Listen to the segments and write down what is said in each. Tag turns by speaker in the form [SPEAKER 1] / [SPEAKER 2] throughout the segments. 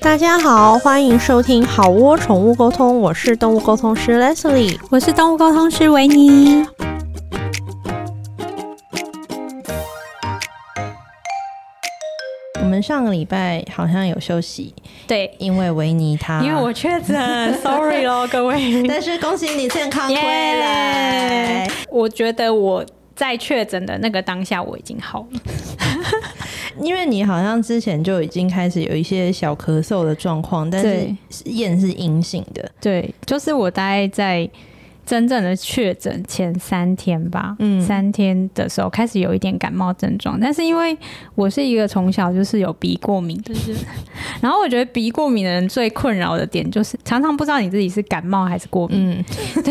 [SPEAKER 1] 大家好，欢迎收听好窝宠物沟通，我是动物沟通师 Leslie。
[SPEAKER 2] 我是动物沟通师维尼。
[SPEAKER 1] 我们上个礼拜好像有休息，
[SPEAKER 2] 对，
[SPEAKER 1] 因为维尼他，
[SPEAKER 2] 因为我确 诊，sorry 咯，各位。
[SPEAKER 1] 但是恭喜你健康归来。
[SPEAKER 2] 耶我觉得我在确诊的那个当下，我已经好了。
[SPEAKER 1] 因为你好像之前就已经开始有一些小咳嗽的状况，但是
[SPEAKER 2] 对
[SPEAKER 1] 验是阴性的。
[SPEAKER 2] 对，就是我大概在真正的确诊前三天吧，
[SPEAKER 1] 嗯
[SPEAKER 2] 三天的时候开始有一点感冒症状，但是因为我是一个从小就是有鼻过敏的人， 然后我觉得鼻过敏的人最困扰的点就是常常不知道你自己是感冒还是过敏。
[SPEAKER 1] 嗯，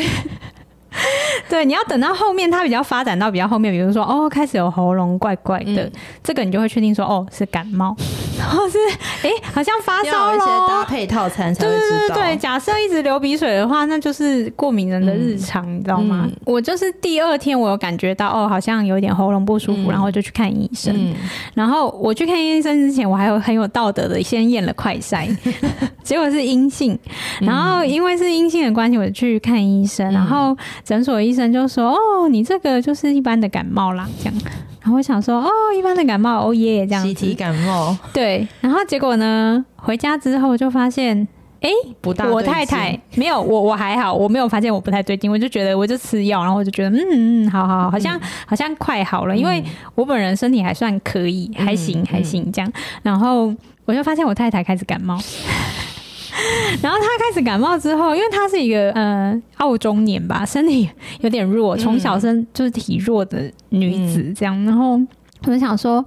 [SPEAKER 2] 对，你要等到后面它比较发展到比较后面，比如说哦，开始有喉咙怪怪的，
[SPEAKER 1] 嗯
[SPEAKER 2] 这个你就会确定说哦是 感冒，然后是哎好像发烧
[SPEAKER 1] 要有一些搭
[SPEAKER 2] 了。
[SPEAKER 1] 配套餐才
[SPEAKER 2] 对
[SPEAKER 1] 会
[SPEAKER 2] 对
[SPEAKER 1] 知
[SPEAKER 2] 对
[SPEAKER 1] 道。
[SPEAKER 2] 对，假设一直流鼻水的话，那就是过敏人的日常，你知道吗？
[SPEAKER 1] 嗯
[SPEAKER 2] 我就是第二天我有感觉到哦，好像有一点喉咙不舒服，
[SPEAKER 1] 嗯
[SPEAKER 2] 然后我就去看医生。
[SPEAKER 1] 嗯，
[SPEAKER 2] 然后我去看医生之前，我还有很有道德的先验了快筛， 结果是阴性。然后因为是阴性的关系，我去看医
[SPEAKER 1] 嗯
[SPEAKER 2] 生，然后诊所医生就说：“哦，你这个就是一般的感冒啦。”这样。然后我想说：“哦，一般的感冒，哦耶，这样
[SPEAKER 1] 集体
[SPEAKER 2] 子。
[SPEAKER 1] 感冒”
[SPEAKER 2] 对。然后结果呢，回家之后就发现。哎、
[SPEAKER 1] 不大
[SPEAKER 2] 我
[SPEAKER 1] 对劲
[SPEAKER 2] 太太没有我，我还好，我没有发现我不太对劲，我就觉得我就吃药，然后我就觉得嗯，嗯，好好好，好像、好像快好了，因为我本人身体还算可以，还行、
[SPEAKER 1] 嗯
[SPEAKER 2] 还行这样。然后我就发现我太太开始感冒， 然后她开始感冒之后，因为她是一个呃澳中年吧，身体有点弱，从小生就是体弱的女子这样。然后我就想说，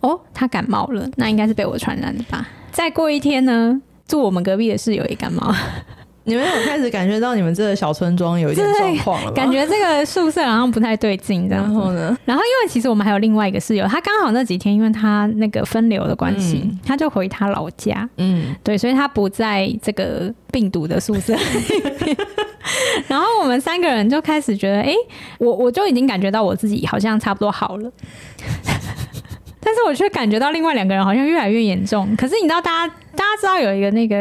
[SPEAKER 2] 哦，她感冒了，那应该是被我传染的吧？再过一天呢？住我们隔壁的室友也感冒，
[SPEAKER 3] 你们有开始感觉到你们这个小村庄有一点状况了吗？
[SPEAKER 2] 感觉这个宿舍好像不太对劲，这样
[SPEAKER 3] 然
[SPEAKER 1] 嗯
[SPEAKER 2] 子。
[SPEAKER 3] 后呢？
[SPEAKER 2] 然后因为其实我们还有另外一个室友，他刚好那几天因为他那个分流的关系，
[SPEAKER 3] 嗯
[SPEAKER 2] 他就回他老家，
[SPEAKER 3] 嗯，
[SPEAKER 2] 对，所以他不在这个病毒的宿舍里面。 然后我们三个人就开始觉得，哎、我我就已经感觉到我自己好像差不多好了。但是我却感觉到另外两个人好像越来越严重。可是你知道，大家大家知道有一个那个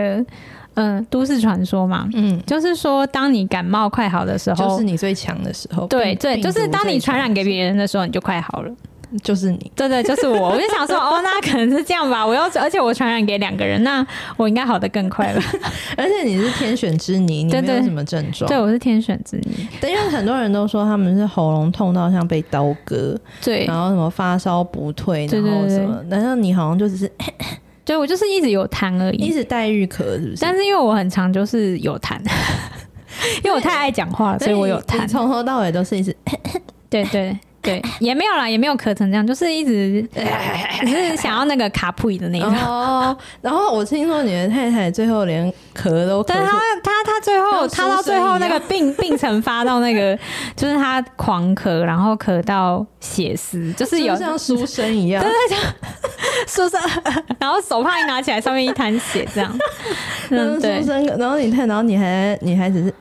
[SPEAKER 2] 嗯、呃都市传说嘛，
[SPEAKER 3] 嗯，
[SPEAKER 2] 就是说当你感冒快好的时候，
[SPEAKER 3] 就是你最强的时候。
[SPEAKER 2] 对
[SPEAKER 3] 病
[SPEAKER 2] 对，就是当你传，染
[SPEAKER 3] 病
[SPEAKER 2] 给别人的时候，你就快好了。
[SPEAKER 3] 毒最强就是你。
[SPEAKER 2] 对对，就是我，我就想说，哦，那可能是这样吧。我又而且我传染给两个人，那我应该好的更快吧？
[SPEAKER 3] 而且你是天选之女，你
[SPEAKER 2] 对
[SPEAKER 3] 没
[SPEAKER 2] 对
[SPEAKER 3] 有什么症状。
[SPEAKER 2] 对，我是天选之女。
[SPEAKER 3] 但因为很多人都说他们是喉咙痛到像被刀割，
[SPEAKER 2] 对
[SPEAKER 3] 然，后什么发烧不退，
[SPEAKER 2] 对
[SPEAKER 3] 然
[SPEAKER 2] 对
[SPEAKER 3] 后
[SPEAKER 2] 对
[SPEAKER 3] 什么，然后你好像就只 是
[SPEAKER 2] 对我就是一直有痰而
[SPEAKER 3] 一
[SPEAKER 2] 已，
[SPEAKER 3] 直带玉壳，是不是？
[SPEAKER 2] 但是因为我很常就是有 痰，因为我太爱讲话了，所以我有
[SPEAKER 3] 你
[SPEAKER 2] 痰。
[SPEAKER 3] 从头到尾都是一直
[SPEAKER 2] 对对对， 也没有啦，也没有咳成这样，就是一直 只是想要那个卡普里的那一种。
[SPEAKER 3] 哦。然后我听说你的太太最后连咳都咳
[SPEAKER 2] 但他
[SPEAKER 3] 出
[SPEAKER 2] 他他最后
[SPEAKER 3] 像
[SPEAKER 2] 他到
[SPEAKER 3] 书生
[SPEAKER 2] 最后那
[SPEAKER 3] 一
[SPEAKER 2] 个
[SPEAKER 3] 样
[SPEAKER 2] 病病程发到那个，就是他狂咳，然后咳到血丝，就是有
[SPEAKER 3] 就像书生一 样，
[SPEAKER 2] 宿舍，然后手帕一拿起来，上面一滩血，这 样。嗯，对
[SPEAKER 3] 出生，然后你看，然后你还你还只是，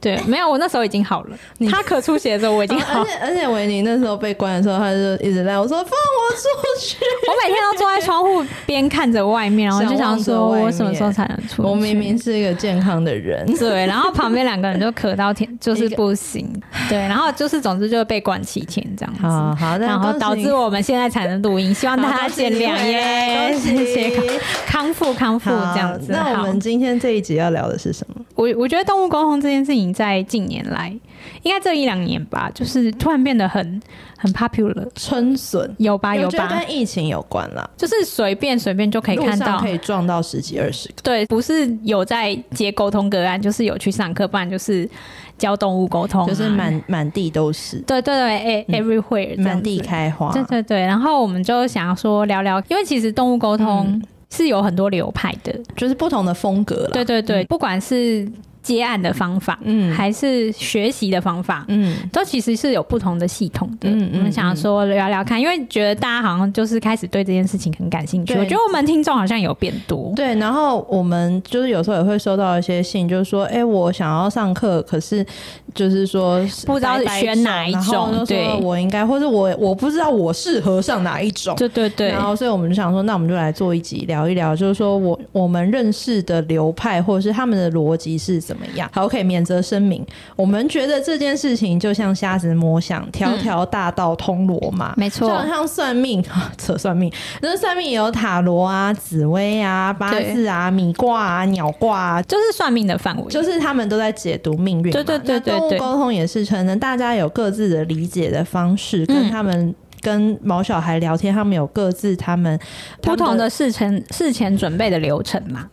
[SPEAKER 2] 对，没有，我那时候已经好了。他咳出血的时候，我已 经好
[SPEAKER 3] 而。且而且维尼那时候被关的时候，他就一直赖我说放我出 去。
[SPEAKER 2] 我每天都坐在窗户边看着外面，然后就想说，我什么时候才能出去？
[SPEAKER 3] 我明明是一个健康的 人，
[SPEAKER 2] 对，然后旁边两个人就咳到 天，就是不行。对，然后就是总之就被关七天这样子。
[SPEAKER 3] 好好，那
[SPEAKER 2] 然后
[SPEAKER 3] 恭喜
[SPEAKER 2] 导
[SPEAKER 3] 你
[SPEAKER 2] 致我们现在才能录音，希望大家见谅耶！
[SPEAKER 3] 恭喜
[SPEAKER 2] 谢
[SPEAKER 3] 你
[SPEAKER 2] 谢康康复康复
[SPEAKER 3] 好
[SPEAKER 2] 这样子。
[SPEAKER 3] 那我
[SPEAKER 2] 好
[SPEAKER 3] 们今天这一集要聊的是什么？
[SPEAKER 2] 我我觉得动物沟通这件事情在近年来，应该这一两年吧，就是突然变得很很 popular，
[SPEAKER 3] 春笋。
[SPEAKER 2] 有吧有
[SPEAKER 3] 我觉得
[SPEAKER 2] 吧，
[SPEAKER 3] 跟疫情有关啦，
[SPEAKER 2] 就是随便随便就可以
[SPEAKER 3] 路
[SPEAKER 2] 看
[SPEAKER 3] 上
[SPEAKER 2] 到
[SPEAKER 3] 可。以撞到十几二十个。
[SPEAKER 2] 对，不是有在接沟通个案，就是有去上课，不然就是教动物沟通啊、
[SPEAKER 3] 就是满满地都是，
[SPEAKER 2] 对对对，哎、
[SPEAKER 3] 嗯
[SPEAKER 2] everywhere 这样子
[SPEAKER 3] 满地开花。
[SPEAKER 2] 对对对，然后我们就想要说聊聊，因为其实动物
[SPEAKER 3] 嗯
[SPEAKER 2] 沟通是有很多流派的，
[SPEAKER 3] 就是不同的风格啦。
[SPEAKER 2] 对对对，不管是接案的方法，
[SPEAKER 1] 嗯
[SPEAKER 2] 还是学习的方法，
[SPEAKER 1] 嗯
[SPEAKER 2] 都其实是有不同的系统的。
[SPEAKER 1] 嗯嗯
[SPEAKER 2] 我们想说聊聊看，因为觉得大家好像就是开始对这件事情很感兴趣。
[SPEAKER 1] 对
[SPEAKER 2] 我觉得我们听众好像有变多，
[SPEAKER 1] 对，然后我们就是有时候也会收到一些信，就是说，哎、我想要上课，可是就是说
[SPEAKER 2] 不知道选哪一种
[SPEAKER 1] 然后就说
[SPEAKER 2] 对
[SPEAKER 1] 我应该，或者我我不知道我适合上哪一种。
[SPEAKER 2] 对对对
[SPEAKER 1] 然后，所以我们就想说，那我们就来做一集聊一聊，就是说我我们认识的流派，或者是他们的逻辑是怎么样。好，OK，免责声明，我们觉得这件事情就像瞎子摸象，
[SPEAKER 2] 嗯
[SPEAKER 1] 条条大道通罗马。
[SPEAKER 2] 没
[SPEAKER 1] 就
[SPEAKER 2] 错，
[SPEAKER 1] 好像算命， 扯算命，那算命也有塔罗啊、紫薇啊、八字啊、米卦啊、鸟卦啊，
[SPEAKER 2] 就是算命的范围，
[SPEAKER 1] 就是他们都在解读命运嘛。
[SPEAKER 2] 对对对对
[SPEAKER 1] 那动
[SPEAKER 2] 对
[SPEAKER 1] 物沟通也是，可能大家有各自的理解的方式，
[SPEAKER 2] 嗯
[SPEAKER 1] 跟他们跟毛小孩聊天，他们有各自他们
[SPEAKER 2] 不同。
[SPEAKER 1] 他们
[SPEAKER 2] 的事前事前准备的流程 嘛。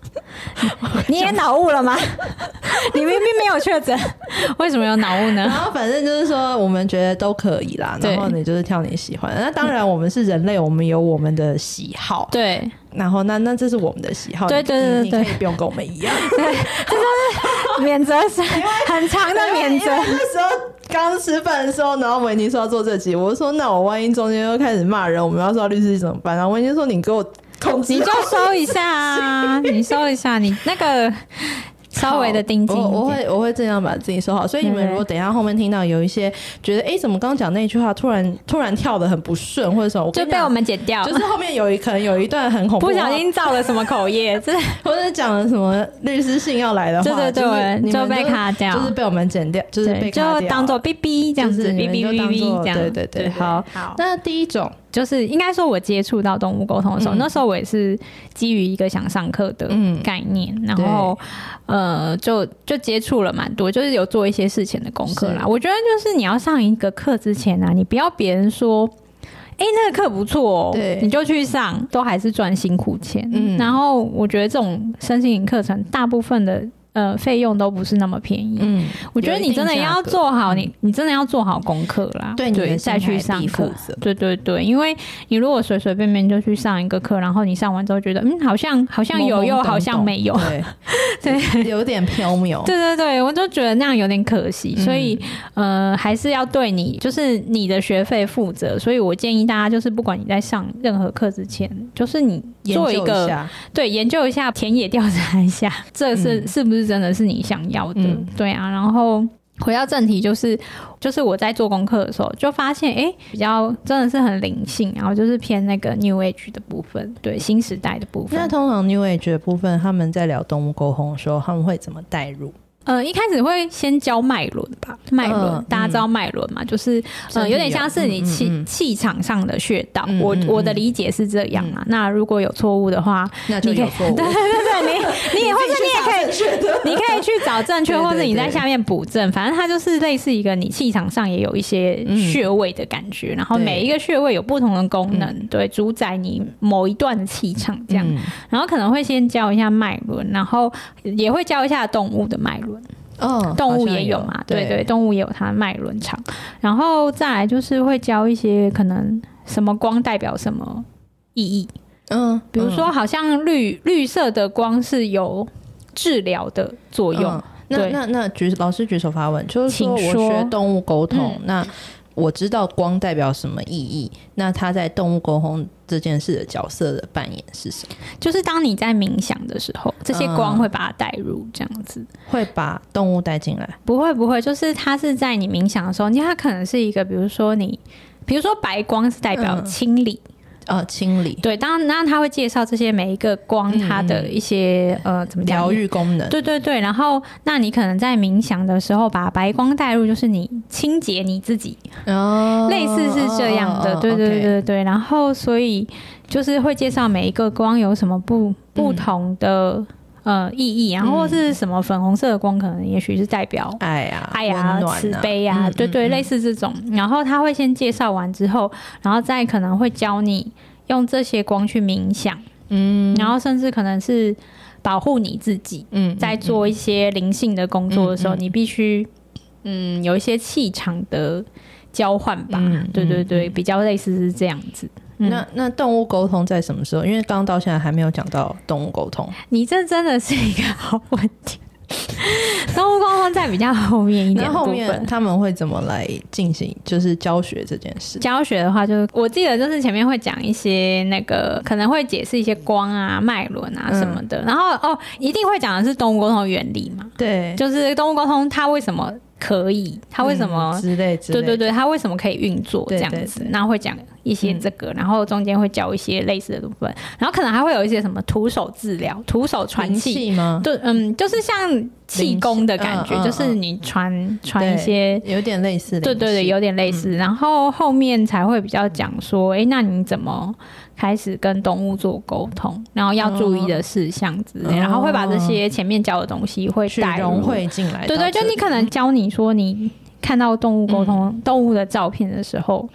[SPEAKER 2] 你也脑雾了吗？ 你明明没有确诊，为什么有脑雾
[SPEAKER 1] 然
[SPEAKER 2] 呢？
[SPEAKER 1] 后反正就是说，我们觉得都可以啦。
[SPEAKER 2] 对
[SPEAKER 1] 然后你就是挑你喜欢的。那当然，我们是人类，我们有我们的喜好。
[SPEAKER 2] 对，
[SPEAKER 1] 然后那那这是我们的喜好，
[SPEAKER 2] 对
[SPEAKER 1] 你
[SPEAKER 2] 对对
[SPEAKER 1] 你
[SPEAKER 2] 对
[SPEAKER 1] 你可以不用跟我们一样。
[SPEAKER 2] 免责是很长的免责
[SPEAKER 1] 因为。那时候刚吃饭的时候，然后维尼说要做这集，我就说那我万一中间又开始骂人，我们要说到律师怎么办？然后维尼就说你给我控制
[SPEAKER 2] 你
[SPEAKER 1] 好，
[SPEAKER 2] 就收一下啊，你收一下，你那个稍微的盯紧
[SPEAKER 1] 我
[SPEAKER 2] 一
[SPEAKER 1] 我
[SPEAKER 2] 点。
[SPEAKER 1] 会我会尽量把自己收好。所以你们如果等一下后面听到有一些觉得哎、诶怎么刚讲那句话突然突然跳的很不顺或者什么，
[SPEAKER 2] 就
[SPEAKER 1] 跟你
[SPEAKER 2] 被
[SPEAKER 1] 讲
[SPEAKER 2] 我们剪掉，
[SPEAKER 1] 就是后面有一可能有一段很恐怖
[SPEAKER 2] 不
[SPEAKER 1] 的话，
[SPEAKER 2] 小心造了什么口业，这
[SPEAKER 1] 或者讲了什么律师信要来的话，
[SPEAKER 2] 对对
[SPEAKER 1] 就是
[SPEAKER 2] 对，
[SPEAKER 1] 你们
[SPEAKER 2] 被
[SPEAKER 1] 就
[SPEAKER 2] 卡掉，
[SPEAKER 1] 就是被我们剪掉，就是
[SPEAKER 2] 对，
[SPEAKER 1] 被卡
[SPEAKER 2] 就
[SPEAKER 1] 掉
[SPEAKER 2] 当做哔哔这样
[SPEAKER 1] 就
[SPEAKER 2] 子，
[SPEAKER 1] 是你
[SPEAKER 2] 哔
[SPEAKER 1] 们就
[SPEAKER 2] 哔哔
[SPEAKER 1] 当
[SPEAKER 2] 哔
[SPEAKER 1] 作
[SPEAKER 2] 这样，
[SPEAKER 1] 对对对好
[SPEAKER 2] 好，
[SPEAKER 1] 那第一种，
[SPEAKER 2] 就是应该说，我接触到动物沟通的时候，
[SPEAKER 1] 嗯
[SPEAKER 2] 那时候我也是基于一个想上课的
[SPEAKER 1] 嗯
[SPEAKER 2] 概念，然后呃，就就接触了蛮多，就是有做一些事前的功课啦。
[SPEAKER 1] 是
[SPEAKER 2] 我觉得就是你要上一个课之前啊，你不要别人说。哎、那个课不错哦、
[SPEAKER 1] 对
[SPEAKER 2] 你就去上，都还是赚辛苦钱。
[SPEAKER 1] 嗯
[SPEAKER 2] 然后我觉得这种身心灵课程，大部分的呃费用都不是那么便宜。
[SPEAKER 1] 嗯，
[SPEAKER 2] 我觉得你真的要做好你，你真的要做好功课啦，
[SPEAKER 1] 对你的
[SPEAKER 2] 再去
[SPEAKER 1] 心态
[SPEAKER 2] 上
[SPEAKER 1] 必
[SPEAKER 2] 课
[SPEAKER 1] 负责。
[SPEAKER 2] 对对对，因为你如果随随便便就去上一个课，然后你上完之后觉得，嗯，好像好像有，
[SPEAKER 1] 懵懵
[SPEAKER 2] 又
[SPEAKER 1] 懂
[SPEAKER 2] 好像
[SPEAKER 1] 懂
[SPEAKER 2] 没有。
[SPEAKER 1] 对对， 有点飘渺。
[SPEAKER 2] 对对对，我就觉得那样有点可惜，所以、
[SPEAKER 1] 嗯
[SPEAKER 2] 呃，还是要对你就是你的学费负责。所以我建议大家就是，不管你在上任何课之前，就是你
[SPEAKER 1] 研
[SPEAKER 2] 做
[SPEAKER 1] 究
[SPEAKER 2] 个
[SPEAKER 1] 下
[SPEAKER 2] 对，研究一下，田野调查一下， 这是、
[SPEAKER 1] 嗯
[SPEAKER 2] 是不是真的是你想要的？
[SPEAKER 1] 嗯
[SPEAKER 2] 对啊，然后。回到正题，就是就是我在做功课的时候，就发现哎、诶比较真的是很灵性，然后就是偏那个 New Age 的部分，对新时代的部分
[SPEAKER 1] 那。通常 New Age 的部分，他们在聊动物沟通的时候，他们会怎么带入？
[SPEAKER 2] 呃，一开始会先教脉轮吧，脉轮、
[SPEAKER 1] 嗯
[SPEAKER 2] 大家知道脉轮嘛，就是呃，有点像是你气、
[SPEAKER 1] 嗯嗯嗯
[SPEAKER 2] 气场上的穴道。
[SPEAKER 1] 嗯
[SPEAKER 2] 我
[SPEAKER 1] 嗯嗯
[SPEAKER 2] 我的理解是这样啊。那如果有错误的话，
[SPEAKER 1] 那就
[SPEAKER 2] 你可
[SPEAKER 1] 有
[SPEAKER 2] 以
[SPEAKER 1] 错误，
[SPEAKER 2] 对对对，你你也或者你也可以
[SPEAKER 1] 以觉得
[SPEAKER 2] 你可以去找正确，
[SPEAKER 1] 对对
[SPEAKER 2] 或者你在下面补正，反正它就是类似一个你气场上也有一些穴位的感觉，然后
[SPEAKER 1] 对
[SPEAKER 2] 每一个穴位有不同的功能，对，主宰你某一段的气场这样。然后可能会先教一下脉轮，然后也会教一下动物的脉轮，
[SPEAKER 1] 嗯，
[SPEAKER 2] 动物
[SPEAKER 1] 好像
[SPEAKER 2] 也有嘛，对对，
[SPEAKER 1] 对，
[SPEAKER 2] 动物也有它的脉轮场，然后再来就是会教一些可能什么光代表什么意义，
[SPEAKER 1] 嗯，
[SPEAKER 2] 比如说好像绿、绿色的光是有治疗的作
[SPEAKER 1] 嗯
[SPEAKER 2] 用。
[SPEAKER 1] 嗯那
[SPEAKER 2] 对
[SPEAKER 1] 那那举老师举手发问，就是说
[SPEAKER 2] 请
[SPEAKER 1] 我
[SPEAKER 2] 说嗯
[SPEAKER 1] 学动物沟通，那我知道光代表什么意义，那他在动物沟通这件事的角色的扮演是什么？
[SPEAKER 2] 就是当你在冥想的时候，这些光会把它带入，这样子、
[SPEAKER 1] 会把动物带进来，
[SPEAKER 2] 不会不会，就是它是在你冥想的时候，因为它可能是一个，比如说你，比如说白光是代表
[SPEAKER 1] 嗯
[SPEAKER 2] 清理，
[SPEAKER 1] 呃，清理、
[SPEAKER 2] 对，当然，那它会介绍这些每一个光它的一些、呃怎么
[SPEAKER 1] 嗯
[SPEAKER 2] 讲
[SPEAKER 1] 疗。愈功能，
[SPEAKER 2] 对对对，然后那你可能在冥想的时候把白光带入，就是你清洁你自己，
[SPEAKER 1] 哦
[SPEAKER 2] 类似是这样的，对对对，对对。然后所以就是会介绍每一个光有什么
[SPEAKER 1] 嗯
[SPEAKER 2] 不不同的、呃意义，然后或是什么粉红色的光，可能也许是代表。
[SPEAKER 1] 爱呀，
[SPEAKER 2] 爱呀、
[SPEAKER 1] 温暖啊
[SPEAKER 2] 慈悲呀、
[SPEAKER 1] 嗯
[SPEAKER 2] 对对，
[SPEAKER 1] 嗯
[SPEAKER 2] 类似这种。然后他会先介绍完之后，然后再可能会教你用这些光去冥想，嗯，然后甚至可能是保护你自己，
[SPEAKER 1] 嗯，嗯
[SPEAKER 2] 在做一些灵性的工作的时候，你必须嗯有一些气场的交换吧。
[SPEAKER 1] 嗯
[SPEAKER 2] 对对对，比较类似是这样子。嗯
[SPEAKER 1] 那那动物沟通在什么时候？因为刚刚到现在还没有讲到动物沟通，
[SPEAKER 2] 你这真的是一个好问题。 东吴高中在比较后面一点
[SPEAKER 1] 然
[SPEAKER 2] 的
[SPEAKER 1] 后后
[SPEAKER 2] 部
[SPEAKER 1] 面
[SPEAKER 2] 分。
[SPEAKER 1] 他们会怎么来进行就是教学这件事？
[SPEAKER 2] 教学的话，就是我记得就是前面会讲一些那个，可能会解释一些光啊、脉轮啊什么
[SPEAKER 1] 嗯
[SPEAKER 2] 的。然后哦，一定会讲的是动物沟通的原理嘛，
[SPEAKER 1] 对，
[SPEAKER 2] 就是动物沟通它为什么可以，它为什么、
[SPEAKER 1] 嗯之类之类？
[SPEAKER 2] 对对对，它为什么可以运作这
[SPEAKER 1] 对
[SPEAKER 2] 样
[SPEAKER 1] 对
[SPEAKER 2] 子
[SPEAKER 1] 对？嗯
[SPEAKER 2] 那会讲一些这个，然后中间会教一些类似的部分，然后可能还会有一些什么徒手治疗、徒手传
[SPEAKER 1] 灵
[SPEAKER 2] 气，
[SPEAKER 1] 气吗？
[SPEAKER 2] 对，嗯，就是像气功的感觉，
[SPEAKER 1] 嗯嗯嗯
[SPEAKER 2] 就是你传传一
[SPEAKER 1] 对
[SPEAKER 2] 些。
[SPEAKER 1] 有点类似灵气，嗯
[SPEAKER 2] 对对对，有点类似，然后后面才会比较讲说，哎、那你怎么开始跟动物做沟通，然后要注意的事项之类，
[SPEAKER 1] 哦
[SPEAKER 2] 然后会把这些前面教的东西会
[SPEAKER 1] 去
[SPEAKER 2] 带入
[SPEAKER 1] 融会进来到这
[SPEAKER 2] 对
[SPEAKER 1] 里。嗯
[SPEAKER 2] 对，就你可能教你说，你看到动物沟通、动物的照片的时候，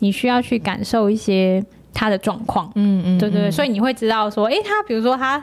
[SPEAKER 2] 你需要去感受一些它的状况。
[SPEAKER 1] 嗯嗯，
[SPEAKER 2] 对对对，所
[SPEAKER 1] 以
[SPEAKER 2] 以你会知道说，诶，它比如说它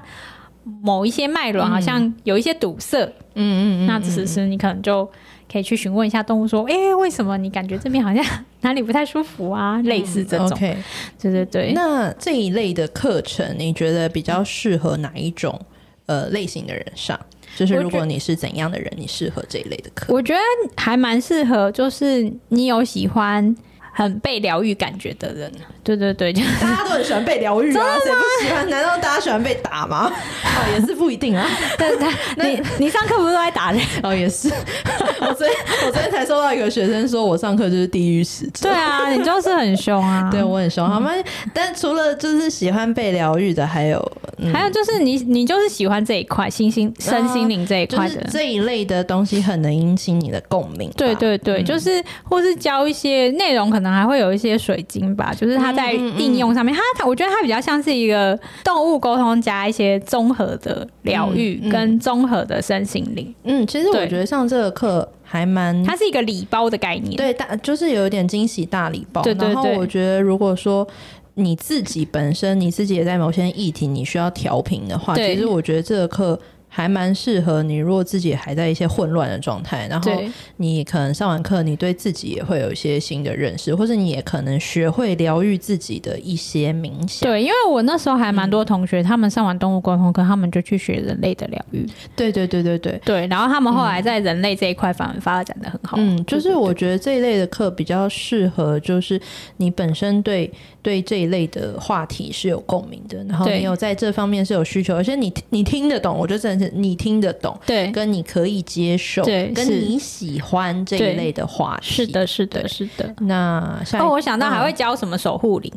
[SPEAKER 2] 某一些脉轮好像有一些堵塞，
[SPEAKER 1] 嗯嗯嗯，
[SPEAKER 2] 那此时你可能就可以去询问一下动物说，诶，为什么你感觉这边好像哪里不太舒服啊？类似这种，
[SPEAKER 1] 嗯 OK，
[SPEAKER 2] 对对对。
[SPEAKER 1] 那这一类的课程，你觉得比较适合哪一种呃类型的人上？就是
[SPEAKER 2] 我觉
[SPEAKER 1] 如果你是怎样的人，你适合这一类的课？
[SPEAKER 2] 我觉得还蛮适合，就是你有喜欢很被疗愈感觉的人，对对对，就
[SPEAKER 1] 大家都很喜欢被疗愈啊，谁不喜欢？难道大家喜欢被打吗？哦，也是不一定啊。
[SPEAKER 2] 但是他你你上课不是都在打人？
[SPEAKER 1] 哦，也是。 我昨天我昨天才收到一个学生说，我上课就是地狱使者。
[SPEAKER 2] 对啊，你就是很凶 啊。
[SPEAKER 1] 对我很凶，好吗？但除了就是喜欢被疗愈的，还有、嗯、
[SPEAKER 2] 还有就是你你就是喜欢这一块，心心身心灵这一
[SPEAKER 1] 就
[SPEAKER 2] 块
[SPEAKER 1] 是
[SPEAKER 2] 的。
[SPEAKER 1] 这一类的东西很能引起你的共鸣吧。
[SPEAKER 2] 对对对，就是或是教一些内容，可能还会有一些水晶吧，就是它在
[SPEAKER 1] 嗯嗯嗯
[SPEAKER 2] 应用上面，它它我觉得它比较像是一个动物沟通加一些综合的疗
[SPEAKER 1] 嗯
[SPEAKER 2] 愈
[SPEAKER 1] 嗯
[SPEAKER 2] 跟综合的身心灵，
[SPEAKER 1] 嗯，其实我
[SPEAKER 2] 对
[SPEAKER 1] 觉得上这个课还蛮
[SPEAKER 2] 它是一个礼包的概念。
[SPEAKER 1] 对大，就是有一点惊喜大礼包。
[SPEAKER 2] 对对
[SPEAKER 1] 然后
[SPEAKER 2] 对
[SPEAKER 1] 我觉得，如果说你自己本身你自己也在某些议题你需要调频的话，
[SPEAKER 2] 对
[SPEAKER 1] 其实我觉得这个课。还蛮适合你，如果自己还在一些混乱的状态，然后
[SPEAKER 2] 对
[SPEAKER 1] 你可能上完课，你对自己也会有一些新的认识，或是你也可能学会疗愈自己的一些冥想。
[SPEAKER 2] 对，因为我那时候还蛮多同学，他们上完动物沟通课，他们就去学人类的疗愈。
[SPEAKER 1] 对对对对对，
[SPEAKER 2] 对，然后他们后来在人类这一块反而发展的很好。
[SPEAKER 1] 嗯，就是我觉得这一类的课比较适合，就是你本身对对这一类的话题是有共鸣的，然后
[SPEAKER 2] 对
[SPEAKER 1] 你有在这方面是有需求，而且你你听得懂，我觉得真的是你听得懂，
[SPEAKER 2] 对，
[SPEAKER 1] 跟你可以接受，
[SPEAKER 2] 对
[SPEAKER 1] 跟
[SPEAKER 2] 是
[SPEAKER 1] 你喜欢这
[SPEAKER 2] 对
[SPEAKER 1] 一类的话题。
[SPEAKER 2] 是的，，是的，
[SPEAKER 1] 对
[SPEAKER 2] 是的。
[SPEAKER 1] 那下一
[SPEAKER 2] 哦，我想到还会
[SPEAKER 1] 嗯
[SPEAKER 2] 教什么守护灵，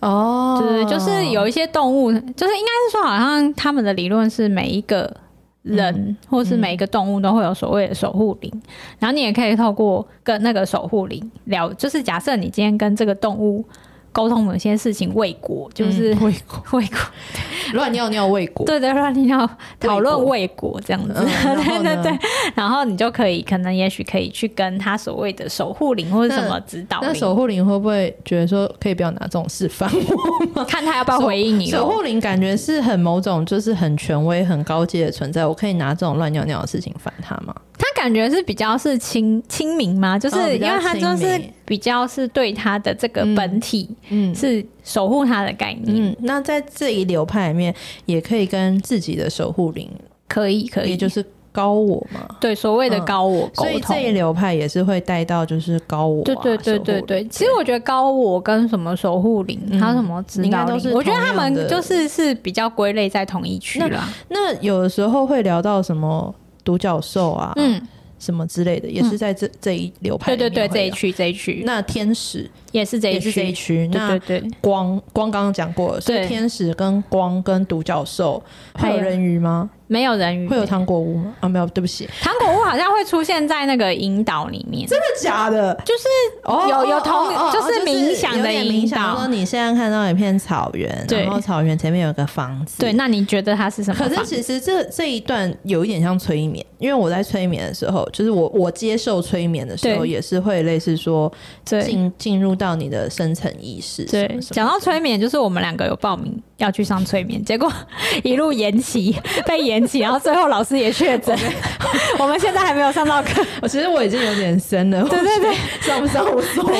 [SPEAKER 1] 哦，
[SPEAKER 2] 对，就是有一些动物，就是应该是说，好像他们的理论是每一个人、或是每一个动物都会有所谓的守护灵，然后你也可以透过跟那个守护灵聊，就是假设你今天跟这个动物沟通某些事情未果，就是未果 未果，
[SPEAKER 1] 乱尿尿未果，
[SPEAKER 2] 对对，乱听到讨论未果这样子，
[SPEAKER 1] 嗯然后
[SPEAKER 2] 对
[SPEAKER 1] 呢
[SPEAKER 2] 对对，然后你就可以，可能也许可以去跟他所谓的守护灵或者
[SPEAKER 1] 那
[SPEAKER 2] 什么指导
[SPEAKER 1] 那守
[SPEAKER 2] 灵，
[SPEAKER 1] 护灵会不会觉得说可以不要拿这种事 烦我吗？
[SPEAKER 2] 看他要不要回应你
[SPEAKER 1] 守
[SPEAKER 2] 咯。
[SPEAKER 1] 护灵感觉是很某种，就是很权威、很高阶的存在。我可以拿这种乱尿尿的事情烦他吗？
[SPEAKER 2] 他感觉是比较是亲亲民嘛，就是
[SPEAKER 1] 哦比
[SPEAKER 2] 因
[SPEAKER 1] 较
[SPEAKER 2] 为他就是
[SPEAKER 1] 亲民
[SPEAKER 2] 比较是对他的这个本体
[SPEAKER 1] 嗯
[SPEAKER 2] 是守护他的概念，
[SPEAKER 1] 嗯，那在这一流派里面，也可以跟自己的守护灵，
[SPEAKER 2] 可以可以，
[SPEAKER 1] 也就是高我嘛。
[SPEAKER 2] 对所谓的高我沟
[SPEAKER 1] 所以
[SPEAKER 2] 通
[SPEAKER 1] 这。一流派也是会带到就是高我、啊，
[SPEAKER 2] 对对对
[SPEAKER 1] 守护
[SPEAKER 2] 对
[SPEAKER 1] 灵
[SPEAKER 2] 对，其实我觉得高我跟什么守护灵，
[SPEAKER 1] 嗯
[SPEAKER 2] 还有什么指
[SPEAKER 1] 应
[SPEAKER 2] 导
[SPEAKER 1] 该都
[SPEAKER 2] 灵，
[SPEAKER 1] 是
[SPEAKER 2] 我觉得
[SPEAKER 1] 同
[SPEAKER 2] 他
[SPEAKER 1] 样
[SPEAKER 2] 们
[SPEAKER 1] 的
[SPEAKER 2] 就是是比较归类在同一区
[SPEAKER 1] 那
[SPEAKER 2] 啦。
[SPEAKER 1] 那有的时候会聊到什么独角兽啊，
[SPEAKER 2] 嗯，
[SPEAKER 1] 什么之类的，也是在这、这一流派
[SPEAKER 2] 对
[SPEAKER 1] 里
[SPEAKER 2] 对
[SPEAKER 1] 面
[SPEAKER 2] 对，这一
[SPEAKER 1] 会
[SPEAKER 2] 区这一区
[SPEAKER 1] 有。那天使
[SPEAKER 2] 也是这
[SPEAKER 1] 也
[SPEAKER 2] 一
[SPEAKER 1] 是
[SPEAKER 2] 区，
[SPEAKER 1] 这一区，那
[SPEAKER 2] 对对对，
[SPEAKER 1] 光光刚刚讲过了，所以
[SPEAKER 2] 对
[SPEAKER 1] 天使跟光跟独角兽会
[SPEAKER 2] 还
[SPEAKER 1] 有
[SPEAKER 2] 有
[SPEAKER 1] 人鱼吗？
[SPEAKER 2] 没有人鱼，
[SPEAKER 1] 会有糖果屋吗？啊，没有，对不起，真
[SPEAKER 2] 糖果屋好像会出现在那个引导里面，真的
[SPEAKER 1] 的假的？
[SPEAKER 2] 就是
[SPEAKER 1] 哦，
[SPEAKER 2] 有
[SPEAKER 1] 哦
[SPEAKER 2] 有同
[SPEAKER 1] 哦哦
[SPEAKER 2] 就是
[SPEAKER 1] 是
[SPEAKER 2] 冥想的
[SPEAKER 1] 有点
[SPEAKER 2] 引
[SPEAKER 1] 冥想
[SPEAKER 2] 导
[SPEAKER 1] 说你现在看到一片草原，
[SPEAKER 2] 对
[SPEAKER 1] 然后草原前面有个房子，
[SPEAKER 2] 对。。那你觉得它是什么
[SPEAKER 1] 可
[SPEAKER 2] 方？
[SPEAKER 1] 是其实这这一段有一点像催眠，因为我在催眠的时候，就是我我接受催眠的时候，
[SPEAKER 2] 对
[SPEAKER 1] 也是会类似说
[SPEAKER 2] 对
[SPEAKER 1] 进进入到你的深层意识。
[SPEAKER 2] 对
[SPEAKER 1] 什么，什么
[SPEAKER 2] 讲到催眠，就是我们两个有报名要去上催眠，结 果一路延期，被延期，然后最后老师也确诊。 我们现在还没有上到课，
[SPEAKER 1] 我其实我已经有点深了，
[SPEAKER 2] 对对对，
[SPEAKER 1] 上不上无所谓，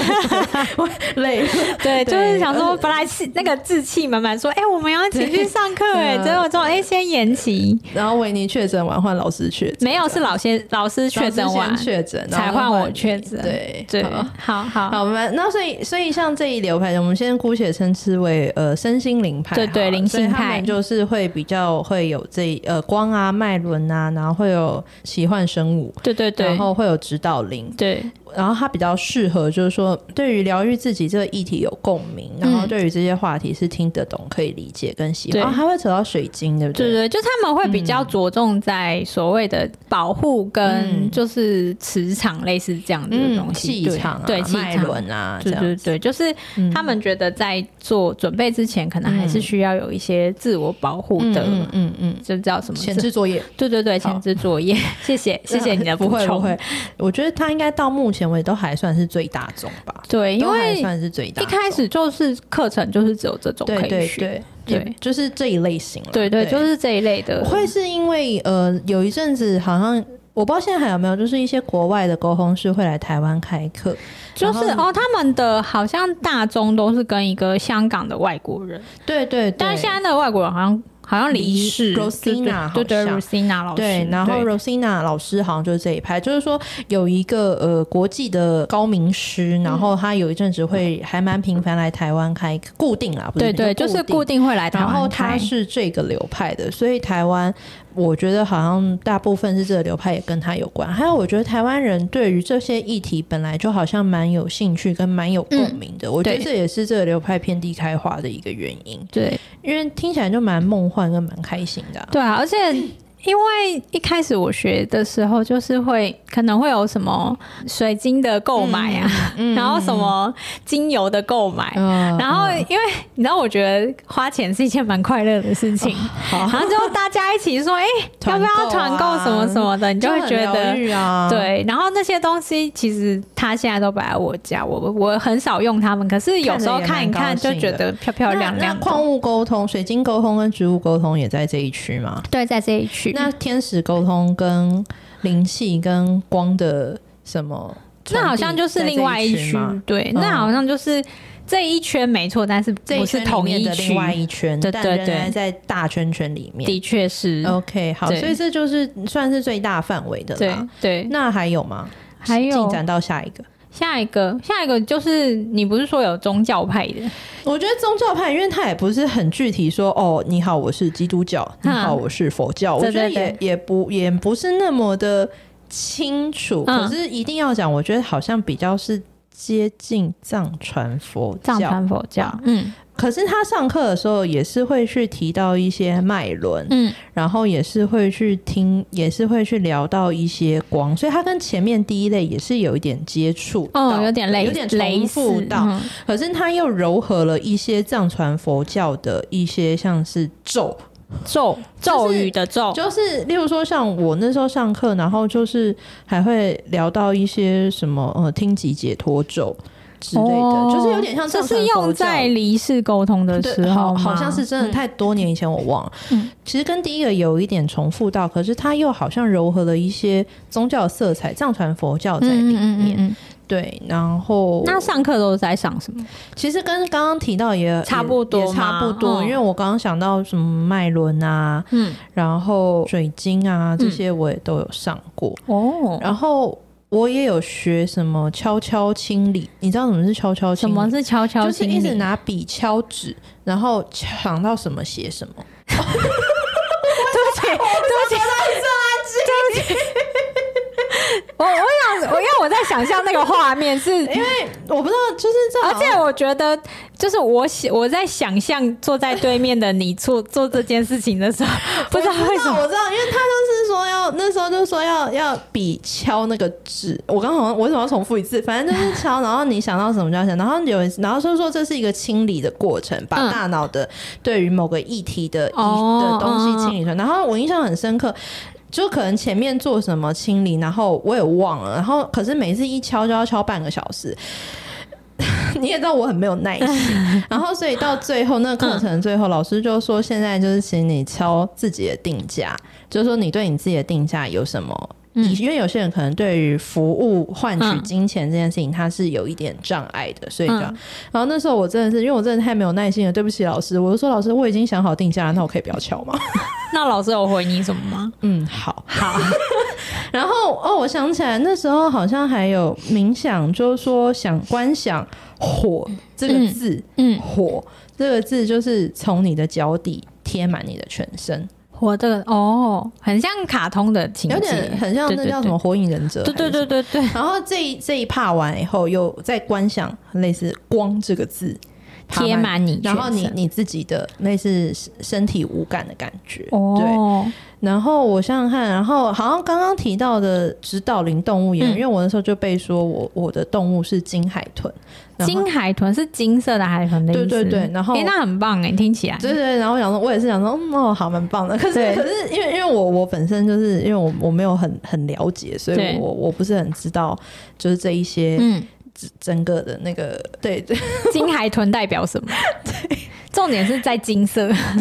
[SPEAKER 1] 我累了。
[SPEAKER 2] 对， 呃就
[SPEAKER 1] 对
[SPEAKER 2] 是想说本来气那个志气满满，说哎、我们要一起去上 课哎、
[SPEAKER 1] 对
[SPEAKER 2] 结果之后哎先延 期，
[SPEAKER 1] 然后维尼确诊完换老师确诊，
[SPEAKER 2] 没有是老先老师确诊
[SPEAKER 1] 老
[SPEAKER 2] 完
[SPEAKER 1] 师先确诊
[SPEAKER 2] 才
[SPEAKER 1] 然后
[SPEAKER 2] 换我
[SPEAKER 1] 你
[SPEAKER 2] 确诊
[SPEAKER 1] 对
[SPEAKER 2] 对，
[SPEAKER 1] 好
[SPEAKER 2] 好好
[SPEAKER 1] 好，我们那所以所以像这一流派，我们先姑且称之为呃身心灵派好了，
[SPEAKER 2] 对对灵性
[SPEAKER 1] 所以他
[SPEAKER 2] 派
[SPEAKER 1] 们就是会比较会有这呃光啊、脉轮啊，然后会有奇幻生物，
[SPEAKER 2] 对对
[SPEAKER 1] 然
[SPEAKER 2] 对
[SPEAKER 1] 后会有指导灵，
[SPEAKER 2] 对
[SPEAKER 1] 然后它比较适合就是说对于疗愈自己这个议题有共鸣，然后对于这些话题是听得懂、可以理解跟喜欢，
[SPEAKER 2] 嗯对
[SPEAKER 1] 哦还会扯到水晶，对不
[SPEAKER 2] 对
[SPEAKER 1] 对
[SPEAKER 2] 对，就他们会比较着重在所谓的保护跟
[SPEAKER 1] 嗯
[SPEAKER 2] 就是磁场类似这样的东
[SPEAKER 1] 嗯，
[SPEAKER 2] 西，
[SPEAKER 1] 气
[SPEAKER 2] 对
[SPEAKER 1] 场啊、
[SPEAKER 2] 对气
[SPEAKER 1] 脉
[SPEAKER 2] 场。
[SPEAKER 1] 轮啊，这
[SPEAKER 2] 对
[SPEAKER 1] 样
[SPEAKER 2] 对对，就是
[SPEAKER 1] 嗯
[SPEAKER 2] 他们觉得在做准备之前，可能还是需要有一些自我保护
[SPEAKER 1] 嗯
[SPEAKER 2] 的，
[SPEAKER 1] 嗯嗯嗯，
[SPEAKER 2] 就叫什么
[SPEAKER 1] 前置作业。
[SPEAKER 2] 对对对，
[SPEAKER 1] 好啊
[SPEAKER 2] 前置 作业，谢谢谢谢你的
[SPEAKER 1] 不
[SPEAKER 2] 补
[SPEAKER 1] 会
[SPEAKER 2] 充。
[SPEAKER 1] 不会，我觉得他应该到目前为止都还算是最大众吧，
[SPEAKER 2] 对，因
[SPEAKER 1] 都还
[SPEAKER 2] 为
[SPEAKER 1] 算是最大
[SPEAKER 2] 一
[SPEAKER 1] 众。
[SPEAKER 2] 开始就是课程就是只有这种
[SPEAKER 1] 对
[SPEAKER 2] 可以
[SPEAKER 1] 对
[SPEAKER 2] 学，
[SPEAKER 1] 对
[SPEAKER 2] 对
[SPEAKER 1] 也就是这一类型了。
[SPEAKER 2] 对对，就是这一类的。
[SPEAKER 1] 会是因为呃，有一阵子好像我不知道现在还有没有，就是一些国外的沟通师会来台湾开课，
[SPEAKER 2] 就是
[SPEAKER 1] 然
[SPEAKER 2] 哦，他们的好像大宗都是跟一个香港的外国人，
[SPEAKER 1] 对对对，
[SPEAKER 2] 但是现在的外国人好像好像离
[SPEAKER 1] 离
[SPEAKER 2] 世
[SPEAKER 1] Rosina
[SPEAKER 2] 对对对
[SPEAKER 1] 好像
[SPEAKER 2] Rosina 老师，
[SPEAKER 1] 对，然后
[SPEAKER 2] 对
[SPEAKER 1] Rosina 老师好像就是这一派，就是说有一个呃国际的高明师，然
[SPEAKER 2] 嗯
[SPEAKER 1] 后他有一阵子会还蛮频繁来台湾开固定啦，不
[SPEAKER 2] 对对，就是
[SPEAKER 1] 定
[SPEAKER 2] 固定会来台
[SPEAKER 1] 然
[SPEAKER 2] 湾
[SPEAKER 1] 后
[SPEAKER 2] 开
[SPEAKER 1] 他是这个流派的，所以台湾我觉得好像大部分是这个流派也跟他有关。还有，我觉得台湾人对于这些议题本来就好像蛮有兴趣跟蛮有共鸣的，我觉得
[SPEAKER 2] 嗯对
[SPEAKER 1] 这也是这个流派遍地开花的一个原因，
[SPEAKER 2] 对
[SPEAKER 1] 因为听起来就蛮梦幻跟蛮开心的啊、
[SPEAKER 2] 对啊，而且因为一开始我学的时候，就是会可能会有什么水晶的购买啊，然后什么精油的购买。
[SPEAKER 1] 嗯
[SPEAKER 2] 然后，因为你知道，我觉得花钱是一件蛮快乐的事情。
[SPEAKER 1] 哦
[SPEAKER 2] 然后就大家一起说，哎、要
[SPEAKER 1] 团
[SPEAKER 2] 不
[SPEAKER 1] 购啊
[SPEAKER 2] 要团购什么什么的，你就会觉
[SPEAKER 1] 就很疗
[SPEAKER 2] 得
[SPEAKER 1] 愈啊，
[SPEAKER 2] 对。然后那些东西其实它现在都摆在我家，我我很少用它们，可是有时候看一
[SPEAKER 1] 看
[SPEAKER 2] 看
[SPEAKER 1] 着也蛮高兴的
[SPEAKER 2] 就觉得漂漂
[SPEAKER 1] 那。
[SPEAKER 2] 亮
[SPEAKER 1] 那
[SPEAKER 2] 亮的。
[SPEAKER 1] 矿物沟通、水晶沟通跟植物沟通也在这一区吗？
[SPEAKER 2] 对，在这一区，
[SPEAKER 1] 那天使沟通跟灵气跟光的什么传递在这一区吗？
[SPEAKER 2] 那好像就是另外一区，对，
[SPEAKER 1] 嗯
[SPEAKER 2] 那好像就是这一圈没错，但是
[SPEAKER 1] 这一
[SPEAKER 2] 不是
[SPEAKER 1] 圈里
[SPEAKER 2] 同
[SPEAKER 1] 面
[SPEAKER 2] 一
[SPEAKER 1] 的
[SPEAKER 2] 区
[SPEAKER 1] 另，外一圈，
[SPEAKER 2] 对
[SPEAKER 1] 但
[SPEAKER 2] 对
[SPEAKER 1] 仍
[SPEAKER 2] 对
[SPEAKER 1] 然在大圈圈里面。
[SPEAKER 2] 的确是，
[SPEAKER 1] OK，好，
[SPEAKER 2] 对
[SPEAKER 1] 所以这就是算是最大范围的
[SPEAKER 2] 对
[SPEAKER 1] 啦。
[SPEAKER 2] 对。
[SPEAKER 1] 那还有吗？
[SPEAKER 2] 还
[SPEAKER 1] 嗯
[SPEAKER 2] 有
[SPEAKER 1] 进展到下一个，
[SPEAKER 2] 下一个，下一个就是你不是说有宗教派的，
[SPEAKER 1] 我觉得宗教派，因为他也不是很具体说，哦，你好，我是基督教，你
[SPEAKER 2] 嗯
[SPEAKER 1] 好，我是佛教，我
[SPEAKER 2] 对
[SPEAKER 1] 觉得
[SPEAKER 2] 嗯对
[SPEAKER 1] 也也不也不是那么的清楚，
[SPEAKER 2] 嗯
[SPEAKER 1] 可是一定要讲，我觉得好像比较是接近藏传佛
[SPEAKER 2] 藏
[SPEAKER 1] 教。
[SPEAKER 2] 传佛教，嗯
[SPEAKER 1] 可是他上课的时候也是会去提到一些脉轮，
[SPEAKER 2] 嗯，
[SPEAKER 1] 然后也是会去听，也是会去聊到一些光，所以它跟前面第一类也是有一点接触到，
[SPEAKER 2] 哦，有点类
[SPEAKER 1] 有点
[SPEAKER 2] 类
[SPEAKER 1] 重复
[SPEAKER 2] 似
[SPEAKER 1] 到，
[SPEAKER 2] 嗯
[SPEAKER 1] 可是它又糅合了一些藏传佛教的一些像是咒，
[SPEAKER 2] 咒咒语的咒，
[SPEAKER 1] 就是例如说像我那时候上课，然后就是还会聊到一些什么呃听级解脱咒之类的，
[SPEAKER 2] 哦
[SPEAKER 1] 就是有点像
[SPEAKER 2] 这
[SPEAKER 1] 藏传
[SPEAKER 2] 是
[SPEAKER 1] 佛教
[SPEAKER 2] 用在离世沟通的
[SPEAKER 1] 对
[SPEAKER 2] 时候
[SPEAKER 1] 好，好
[SPEAKER 2] 吗
[SPEAKER 1] 像是真的太多年以前我忘了。
[SPEAKER 2] 嗯
[SPEAKER 1] 其实跟第一个有一点重复到，可是它又好像糅合了一些宗教色彩，藏传佛教在
[SPEAKER 2] 嗯
[SPEAKER 1] 里
[SPEAKER 2] 嗯嗯
[SPEAKER 1] 面。
[SPEAKER 2] 嗯嗯，
[SPEAKER 1] 对，然后
[SPEAKER 2] 那上课都是在上什么？
[SPEAKER 1] 其实跟刚刚提到也
[SPEAKER 2] 差不多
[SPEAKER 1] 也也差不多。
[SPEAKER 2] 嘛嗯
[SPEAKER 1] 因为我刚刚想到什么脉轮啊，
[SPEAKER 2] 嗯，
[SPEAKER 1] 然后水晶啊这些我也都有上过，
[SPEAKER 2] 哦，
[SPEAKER 1] 然后。我也有学什么悄悄清理，你知道什么是悄悄清理？
[SPEAKER 2] 什么是悄悄
[SPEAKER 1] 就是
[SPEAKER 2] 心理？
[SPEAKER 1] 一直拿笔敲纸，然后想到什么写什么。
[SPEAKER 2] 对不起，对不起，对 不起。我我想，我因为我在想象那个画面是，
[SPEAKER 1] 我不知道，就是这
[SPEAKER 2] 而
[SPEAKER 1] 好像
[SPEAKER 2] 且我觉得，就是我想我在想象坐在对面的你做做这件事情的时候，不知道为什么，
[SPEAKER 1] 我知道，因为他就是说要那时候就说要要笔敲那个纸，我刚好像我为什么要重复一次？反正就是敲，然后你想到什么就要想，然后有人然后说说这是一个清理的过程，把
[SPEAKER 2] 嗯
[SPEAKER 1] 大脑的对于某个议题的、
[SPEAKER 2] 哦
[SPEAKER 1] 的东西
[SPEAKER 2] 嗯嗯
[SPEAKER 1] 清理出来。然后我印象很深刻。就可能前面做什么清理，然后我也忘了，然后可是每次一敲就要敲半个小时， 你也知道我很没有耐心，
[SPEAKER 2] 嗯
[SPEAKER 1] 然后所以到最后那个课程最后，老师就说现在就是请你敲自己的定价，就是说你对你自己的定价有什么。
[SPEAKER 2] 嗯
[SPEAKER 1] 因为有些人可能对于服务换取
[SPEAKER 2] 嗯
[SPEAKER 1] 金钱这件事情，他是有一点障碍的，所以就要
[SPEAKER 2] 嗯
[SPEAKER 1] 然后那时候我真的是，因为我真的太没有耐心了，对不起老师，我就说老师我已经想好定价了，那我可以不要敲吗？
[SPEAKER 2] 那老师有回你什么吗？
[SPEAKER 1] 嗯，好。
[SPEAKER 2] 好，
[SPEAKER 1] 然后哦，我想起来那时候好像还有冥想，就是说想观想火这个
[SPEAKER 2] 嗯
[SPEAKER 1] 字，
[SPEAKER 2] 嗯，
[SPEAKER 1] 火这个字就是从你的脚底贴满你的全身，
[SPEAKER 2] 我这个哦，很像卡通的情节，
[SPEAKER 1] 有点很像那叫什么《火影忍者》
[SPEAKER 2] 对？对对。对对对，
[SPEAKER 1] 然后这一这一帕完以后，又再观想类似“光”这个字
[SPEAKER 2] 贴
[SPEAKER 1] 爬
[SPEAKER 2] 满你全
[SPEAKER 1] 然
[SPEAKER 2] 身，
[SPEAKER 1] 后你你自己的类似身体无感的感觉，对。
[SPEAKER 2] 哦，
[SPEAKER 1] 然后我想想看，然后好像刚刚提到的指导灵动物园，
[SPEAKER 2] 嗯
[SPEAKER 1] 因为我那时候就被说我我的动物是金海豚，然后
[SPEAKER 2] 金海豚是金色的海豚的意思，
[SPEAKER 1] 对对对然后
[SPEAKER 2] 诶那很棒哎，听起来，
[SPEAKER 1] 对对对，然后我想说，我也是想说，嗯，哦，好，蛮棒的。可是
[SPEAKER 2] 对
[SPEAKER 1] 可是，因为因为我我本身就是因为我我没有很很了解，所以
[SPEAKER 2] 对
[SPEAKER 1] 我我不是很知道，就是这一些
[SPEAKER 2] 嗯，
[SPEAKER 1] 整个的那个，对 对，
[SPEAKER 2] 金海豚代 表什么？重点是在金色，
[SPEAKER 1] 我不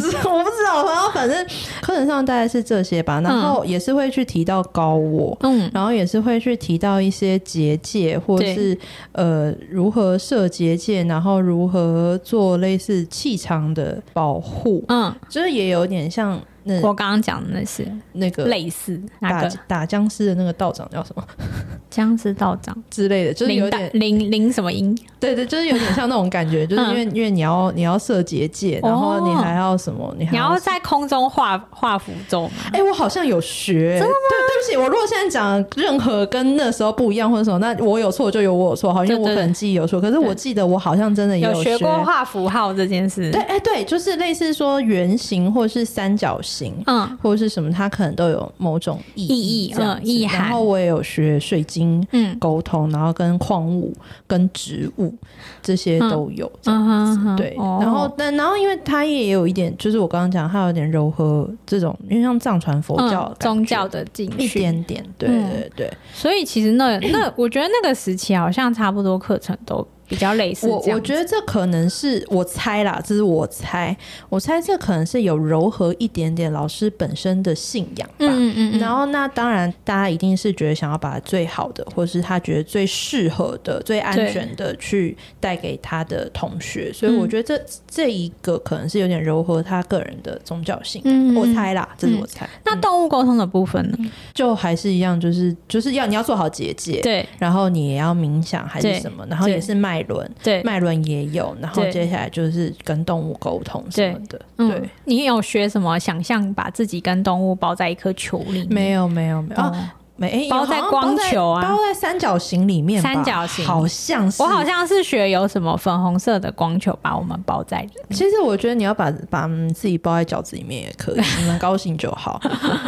[SPEAKER 1] 知道。然后反正课程上大概是这些吧，然后也是会去提到高我，
[SPEAKER 2] 嗯，
[SPEAKER 1] 然后也是会去提到一些结界，或是呃如何设结界，然后如何做类似气场的保护，
[SPEAKER 2] 嗯，
[SPEAKER 1] 就是也有点像那
[SPEAKER 2] 我刚刚讲的那些
[SPEAKER 1] 那个
[SPEAKER 2] 类似那
[SPEAKER 1] 打
[SPEAKER 2] 个
[SPEAKER 1] 打僵尸的那个道长叫什么
[SPEAKER 2] 僵尸道长，
[SPEAKER 1] 之类的，就是有
[SPEAKER 2] 林大
[SPEAKER 1] 点
[SPEAKER 2] 林林什么音？
[SPEAKER 1] 对对，就是有点像那种感觉，就是因
[SPEAKER 2] 嗯
[SPEAKER 1] 为因为你要你要设结界，然后你还要什么，你还
[SPEAKER 2] 哦你要
[SPEAKER 1] 要。
[SPEAKER 2] 在空中画画符咒吗？
[SPEAKER 1] 哎、我好像有学、对，对不起，我如果现在讲任何跟那时候不一样或者什么，那我有错就有我有错，好，因为
[SPEAKER 2] 对
[SPEAKER 1] 我
[SPEAKER 2] 对
[SPEAKER 1] 可能记忆有错，可是我
[SPEAKER 2] 对
[SPEAKER 1] 记得我好像真的也
[SPEAKER 2] 有
[SPEAKER 1] 学
[SPEAKER 2] 学过画符号这件事？
[SPEAKER 1] 对，，哎、对，就是类似说圆形或是三角形。
[SPEAKER 2] 嗯，
[SPEAKER 1] 或者是什么，它可能都有某种意
[SPEAKER 2] 意义
[SPEAKER 1] 这样子
[SPEAKER 2] 嗯意涵
[SPEAKER 1] 然后我也有学水晶
[SPEAKER 2] 嗯
[SPEAKER 1] 沟通，然后跟矿物、跟植物这些都有。这样
[SPEAKER 2] 嗯哼嗯哼
[SPEAKER 1] 对，
[SPEAKER 2] 哦
[SPEAKER 1] 然后但然后因为它也有一点，就是我刚刚讲，它有点柔和这种，因为像藏传佛
[SPEAKER 2] 嗯
[SPEAKER 1] 教的感觉、
[SPEAKER 2] 宗教的进
[SPEAKER 1] 一
[SPEAKER 2] 去，
[SPEAKER 1] 点点，对
[SPEAKER 2] 嗯
[SPEAKER 1] 对对。
[SPEAKER 2] 所以其实那那我觉得那个时期好像差不多课程都比较类似
[SPEAKER 1] 我
[SPEAKER 2] 这样
[SPEAKER 1] 我觉得这可能是我猜啦，这是我猜，我猜这可能是有柔和一点点老师本身的信仰吧。
[SPEAKER 2] 嗯嗯嗯，
[SPEAKER 1] 然后，那当然，大家一定是觉得想要把最好的，或是他觉得最适合的、最安全的去带给他的同学，所以
[SPEAKER 2] 嗯
[SPEAKER 1] 我觉得这、这一个可能是有点柔和他个人的宗教性。
[SPEAKER 2] 嗯
[SPEAKER 1] 我猜啦，这是我猜。
[SPEAKER 2] 那
[SPEAKER 1] 嗯
[SPEAKER 2] 动物沟通的部分呢？
[SPEAKER 1] 就还是一样，就是就是要你要做好结界，
[SPEAKER 2] 对
[SPEAKER 1] 然后你也要冥想还是
[SPEAKER 2] 对
[SPEAKER 1] 什么，然后也
[SPEAKER 2] 对
[SPEAKER 1] 是脉轮，
[SPEAKER 2] 对，
[SPEAKER 1] 脉轮也有，然后
[SPEAKER 2] 对
[SPEAKER 1] 接下来就是跟动物沟通什么的。对，
[SPEAKER 2] 嗯，你有学什么？想象把自己跟动物包在一颗球里面？
[SPEAKER 1] 没有没有没有，哦、
[SPEAKER 2] 哦，
[SPEAKER 1] 没、诶有
[SPEAKER 2] 包在
[SPEAKER 1] 好像
[SPEAKER 2] 光球
[SPEAKER 1] 包
[SPEAKER 2] 啊
[SPEAKER 1] 在包在三角形里面吧，
[SPEAKER 2] 三角形
[SPEAKER 1] 好像是。
[SPEAKER 2] 我好，像是学有什么粉红色的光球把我们包在里面。
[SPEAKER 1] 其实我觉得你要把把嗯自己包在饺子里面也可 以，你们高兴就好，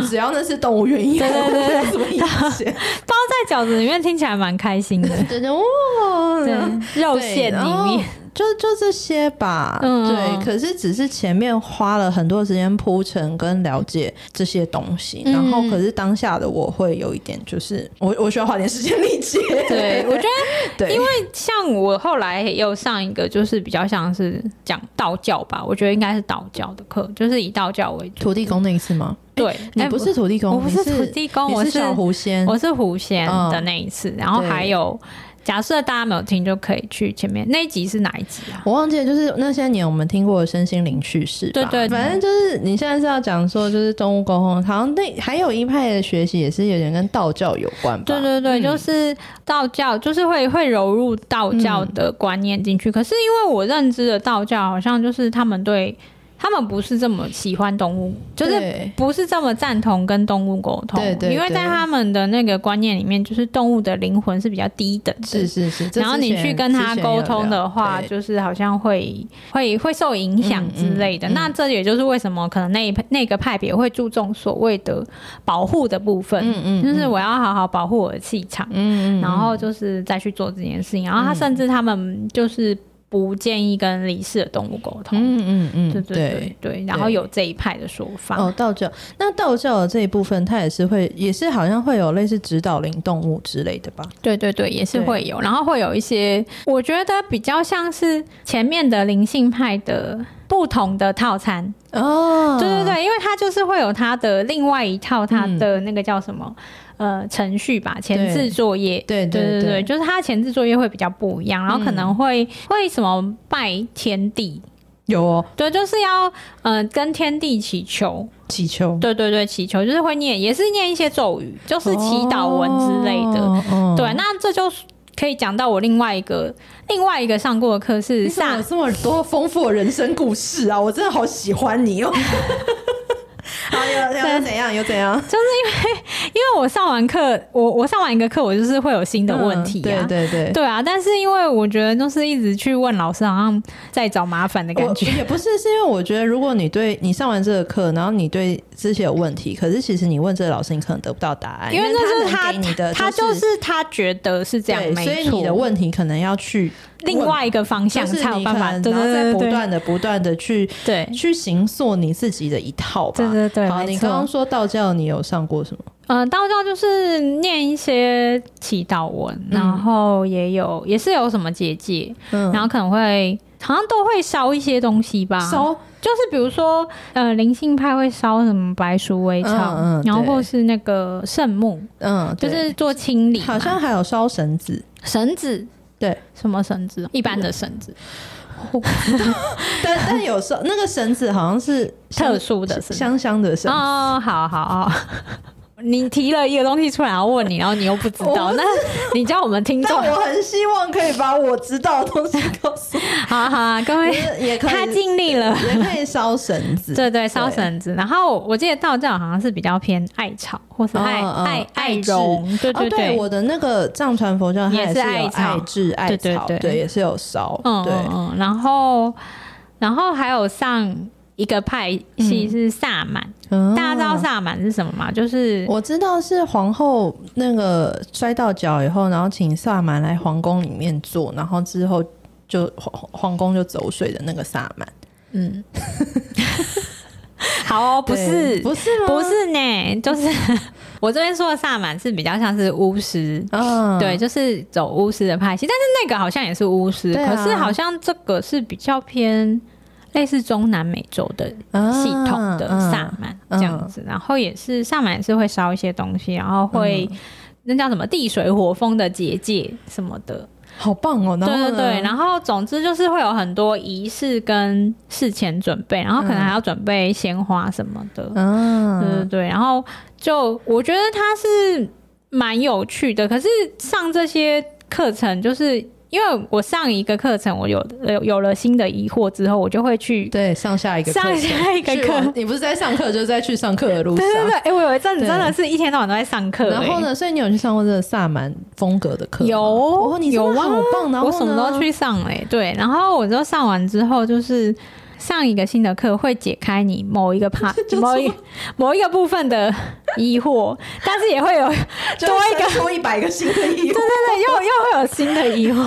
[SPEAKER 1] 只要那是动物原因，
[SPEAKER 2] 对对对对
[SPEAKER 1] 对，什么意见？
[SPEAKER 2] 包在饺子里面听起来蛮开心的，
[SPEAKER 1] 对 对哇，
[SPEAKER 2] 对，肉
[SPEAKER 1] 对
[SPEAKER 2] 馅
[SPEAKER 1] 然
[SPEAKER 2] 里
[SPEAKER 1] 后
[SPEAKER 2] 面，
[SPEAKER 1] 就就这些吧，
[SPEAKER 2] 嗯
[SPEAKER 1] 对。可是只是前面花了很多时间铺陈跟了解这些东西，
[SPEAKER 2] 嗯
[SPEAKER 1] 然后可是当下的我会有一点，就是我我需要花点时间理解。
[SPEAKER 2] 对我觉得。
[SPEAKER 1] 对，
[SPEAKER 2] 因为像我后来也有上一个，就是比较像是讲道教吧，我觉得应该是道教的课，就是以道教为主。
[SPEAKER 1] 土地公那一次吗？
[SPEAKER 2] 对，
[SPEAKER 1] 你
[SPEAKER 2] 哎
[SPEAKER 1] 不是土地公，
[SPEAKER 2] 我不
[SPEAKER 1] 你
[SPEAKER 2] 是
[SPEAKER 1] 是
[SPEAKER 2] 土地公，
[SPEAKER 1] 你
[SPEAKER 2] 我
[SPEAKER 1] 是小狐仙。
[SPEAKER 2] 我是狐仙
[SPEAKER 1] 嗯
[SPEAKER 2] 的那一次，然后
[SPEAKER 1] 对
[SPEAKER 2] 还有。假设大家没有听，就可以去前面那一集是哪一集啊？
[SPEAKER 1] 我忘记了，就是那些年我们听过的身心灵趣事吧。
[SPEAKER 2] 对对对
[SPEAKER 1] 反正就是你现在是要讲说，就是动物沟通，好像那还有一派的学习也是有点跟道教有关吧。
[SPEAKER 2] 对对对，就是道教，就是会会融入道教的观念进
[SPEAKER 1] 嗯
[SPEAKER 2] 去。可是因为我认知的道教，好像就是他们对他们不是这么喜欢动物，就是
[SPEAKER 1] 对
[SPEAKER 2] 不是这么赞同跟动物沟通，
[SPEAKER 1] 对对
[SPEAKER 2] 因为在
[SPEAKER 1] 对
[SPEAKER 2] 他们的那个观念里面，就是动物的灵魂是比较低等
[SPEAKER 1] 是
[SPEAKER 2] 的。
[SPEAKER 1] 是是。这
[SPEAKER 2] 然后你
[SPEAKER 1] 之前
[SPEAKER 2] 去跟他沟通的话，
[SPEAKER 1] 之前有聊对
[SPEAKER 2] 就是好像会会会受影响之类的。
[SPEAKER 1] 嗯嗯嗯
[SPEAKER 2] 那这也就是为什么可能那一派那个派别会注重所谓的保护的部分，
[SPEAKER 1] 嗯嗯
[SPEAKER 2] 就是我要好好保护我的气场，
[SPEAKER 1] 嗯嗯，嗯
[SPEAKER 2] 然后就是再去做这件事情。然后他甚至他们就是不建议跟离世的动物沟通。
[SPEAKER 1] 嗯嗯嗯，
[SPEAKER 2] 对对对对，然后有这一派的说法。
[SPEAKER 1] 哦，道教那道教的这一部分，它也是会，也是好像会有类似指导灵动物之类的吧？
[SPEAKER 2] 对对对，也是
[SPEAKER 1] 对
[SPEAKER 2] 会有，然后会有一些，我觉得比较像是前面的灵性派的不同的套餐。
[SPEAKER 1] 哦
[SPEAKER 2] 对对，对，因为它就是会有它的另外一套，它的那个叫什么、呃程序吧，前置作业。
[SPEAKER 1] 嗯对
[SPEAKER 2] 对
[SPEAKER 1] 对
[SPEAKER 2] 对对，
[SPEAKER 1] 对嗯
[SPEAKER 2] 就是它前置作业会比较不一样，然后可能会、会什么拜天地，
[SPEAKER 1] 有哦，
[SPEAKER 2] 对，就是要呃跟天地祈求，
[SPEAKER 1] 祈求、
[SPEAKER 2] 对对对，祈求就是会念，也是念一些咒语，就是祈祷文之类的。
[SPEAKER 1] 哦，哦
[SPEAKER 2] 对，那这就可以讲到我另外一个另外一个上过的课是
[SPEAKER 1] 你怎么
[SPEAKER 2] 萨
[SPEAKER 1] 有这么多丰富的人生故事啊！我真的好喜欢你哦。 好，有有有怎样？有怎样？
[SPEAKER 2] 因为我上完课，我我上完一个课，我就是会有新的问题啊。
[SPEAKER 1] 嗯对对对。
[SPEAKER 2] 对啊，但是因为我觉得就是一直去问老师，好像在找麻烦的 感
[SPEAKER 1] 我
[SPEAKER 2] 觉。
[SPEAKER 1] 也不是，是因为我觉得，如果你对你上完这个课，然后你对这些有问题，可是其实你问这个老师，你可能得不到答案，
[SPEAKER 2] 因为那就是
[SPEAKER 1] 他
[SPEAKER 2] 他
[SPEAKER 1] 能给你的，
[SPEAKER 2] 他
[SPEAKER 1] 就
[SPEAKER 2] 就是是他觉得是这样，
[SPEAKER 1] 对，
[SPEAKER 2] 没
[SPEAKER 1] 所以
[SPEAKER 2] 错。
[SPEAKER 1] 你的问题可能要去
[SPEAKER 2] 另外一个方
[SPEAKER 1] 就
[SPEAKER 2] 向
[SPEAKER 1] 是
[SPEAKER 2] 才有
[SPEAKER 1] 你
[SPEAKER 2] 办法，
[SPEAKER 1] 可能
[SPEAKER 2] 对
[SPEAKER 1] 然后
[SPEAKER 2] 对
[SPEAKER 1] 再不
[SPEAKER 2] 对对
[SPEAKER 1] 断的、不断的去
[SPEAKER 2] 对
[SPEAKER 1] 去行塑你自己的一套吧。
[SPEAKER 2] 对对对，
[SPEAKER 1] 好，
[SPEAKER 2] 没
[SPEAKER 1] 你
[SPEAKER 2] 错
[SPEAKER 1] 刚刚说道教，你有上过什么？
[SPEAKER 2] 呃，道教就是念一些祈祷文，然后也有也是有什么结界，
[SPEAKER 1] 嗯
[SPEAKER 2] 然后可能会好像都会烧一些东西吧，
[SPEAKER 1] 烧
[SPEAKER 2] 就是比如说呃灵性派会烧什么白鼠尾草，
[SPEAKER 1] 嗯嗯
[SPEAKER 2] 然后或
[SPEAKER 1] 对
[SPEAKER 2] 是那个圣木，
[SPEAKER 1] 嗯，
[SPEAKER 2] 就
[SPEAKER 1] 对
[SPEAKER 2] 是做清理嘛，
[SPEAKER 1] 好像还有烧绳子，
[SPEAKER 2] 绳子。
[SPEAKER 1] 对，
[SPEAKER 2] 什么绳子？一般的绳子，
[SPEAKER 1] 但但有时候那个绳子好像是香
[SPEAKER 2] 特殊的绳子。
[SPEAKER 1] 香香的绳子。
[SPEAKER 2] 哦，好好哦。 你提了一个东西出来，然后问你，然后你又不知道，那你叫我们听众
[SPEAKER 1] 但，我很希望可以把我知道的东西告诉 你，
[SPEAKER 2] 好啊好啊，各
[SPEAKER 1] 就
[SPEAKER 2] 位，
[SPEAKER 1] 是也可以，
[SPEAKER 2] 他尽力了。
[SPEAKER 1] 也可以烧绳 子。
[SPEAKER 2] 对对，烧绳子。然后我记得道教好像是比较偏爱吵，或是爱、
[SPEAKER 1] 嗯嗯
[SPEAKER 2] 爱爱
[SPEAKER 1] 爱智
[SPEAKER 2] 容，对
[SPEAKER 1] 哦，
[SPEAKER 2] 对，
[SPEAKER 1] 我的那个藏传佛教，它
[SPEAKER 2] 也是
[SPEAKER 1] 是有
[SPEAKER 2] 艾草
[SPEAKER 1] 艾制、艾
[SPEAKER 2] 对对
[SPEAKER 1] 草，
[SPEAKER 2] 对
[SPEAKER 1] 对，也是有烧，
[SPEAKER 2] 嗯
[SPEAKER 1] 哦对
[SPEAKER 2] 嗯，嗯。然后然后还有上一个派系是萨满，
[SPEAKER 1] 嗯
[SPEAKER 2] 大家知道萨满是什么吗？就是
[SPEAKER 1] 我知道是皇后那个摔到脚以后，然后请萨满来皇宫里面坐，然后之后就皇皇宫就走水的那个萨满，
[SPEAKER 2] 嗯，好、哦，不是
[SPEAKER 1] 对不是吗？啊
[SPEAKER 2] 不，是呢，就是 我这边说的萨满是比较像是巫师。
[SPEAKER 1] 嗯，
[SPEAKER 2] 对，就是走巫师的派系，但是那个好像也是巫师，
[SPEAKER 1] 对啊
[SPEAKER 2] 可是好像这个是比较偏类似中南美洲的
[SPEAKER 1] 啊
[SPEAKER 2] 系统的
[SPEAKER 1] 嗯
[SPEAKER 2] 萨满这样子，然后也是萨满也是会烧一些东西，然后会、
[SPEAKER 1] 嗯
[SPEAKER 2] 那叫什么地水火风的结界什么的，
[SPEAKER 1] 好棒哦！然
[SPEAKER 2] 对
[SPEAKER 1] 后
[SPEAKER 2] 对
[SPEAKER 1] 呢
[SPEAKER 2] 对，然后总之就是会有很多仪式跟事前准备，然后可能还要准备鲜花什么的，
[SPEAKER 1] 嗯，
[SPEAKER 2] 对对对，然后就我觉得它是蛮有趣的，可是上这些课程就是。因为我上一个课程，我有有有了新的疑惑之后，我就会去
[SPEAKER 1] 对，上下一个课
[SPEAKER 2] 上下一个
[SPEAKER 1] 去
[SPEAKER 2] 课
[SPEAKER 1] 往， 你不是在上课，就是在去上课的路上
[SPEAKER 2] 对。对对，哎、我有一阵子
[SPEAKER 1] 对
[SPEAKER 2] 真的是一天到晚都在上课、
[SPEAKER 1] 然后
[SPEAKER 2] 哎？
[SPEAKER 1] 呢？所以你有去上过这个萨满风格的课吗？
[SPEAKER 2] 有
[SPEAKER 1] 哦，你真的
[SPEAKER 2] 有啊
[SPEAKER 1] 好棒！然后
[SPEAKER 2] 我什么
[SPEAKER 1] 呢
[SPEAKER 2] 都去上哎、对，然后我就上完之后，就是上一个新的课会解开你某 一个 part
[SPEAKER 1] 就
[SPEAKER 2] 某一 某一个部分的疑 惑，但是也会有对
[SPEAKER 1] 就
[SPEAKER 2] 多一
[SPEAKER 1] 个出一百个新的 衣服。
[SPEAKER 2] 对对，又又会有新的 疑惑。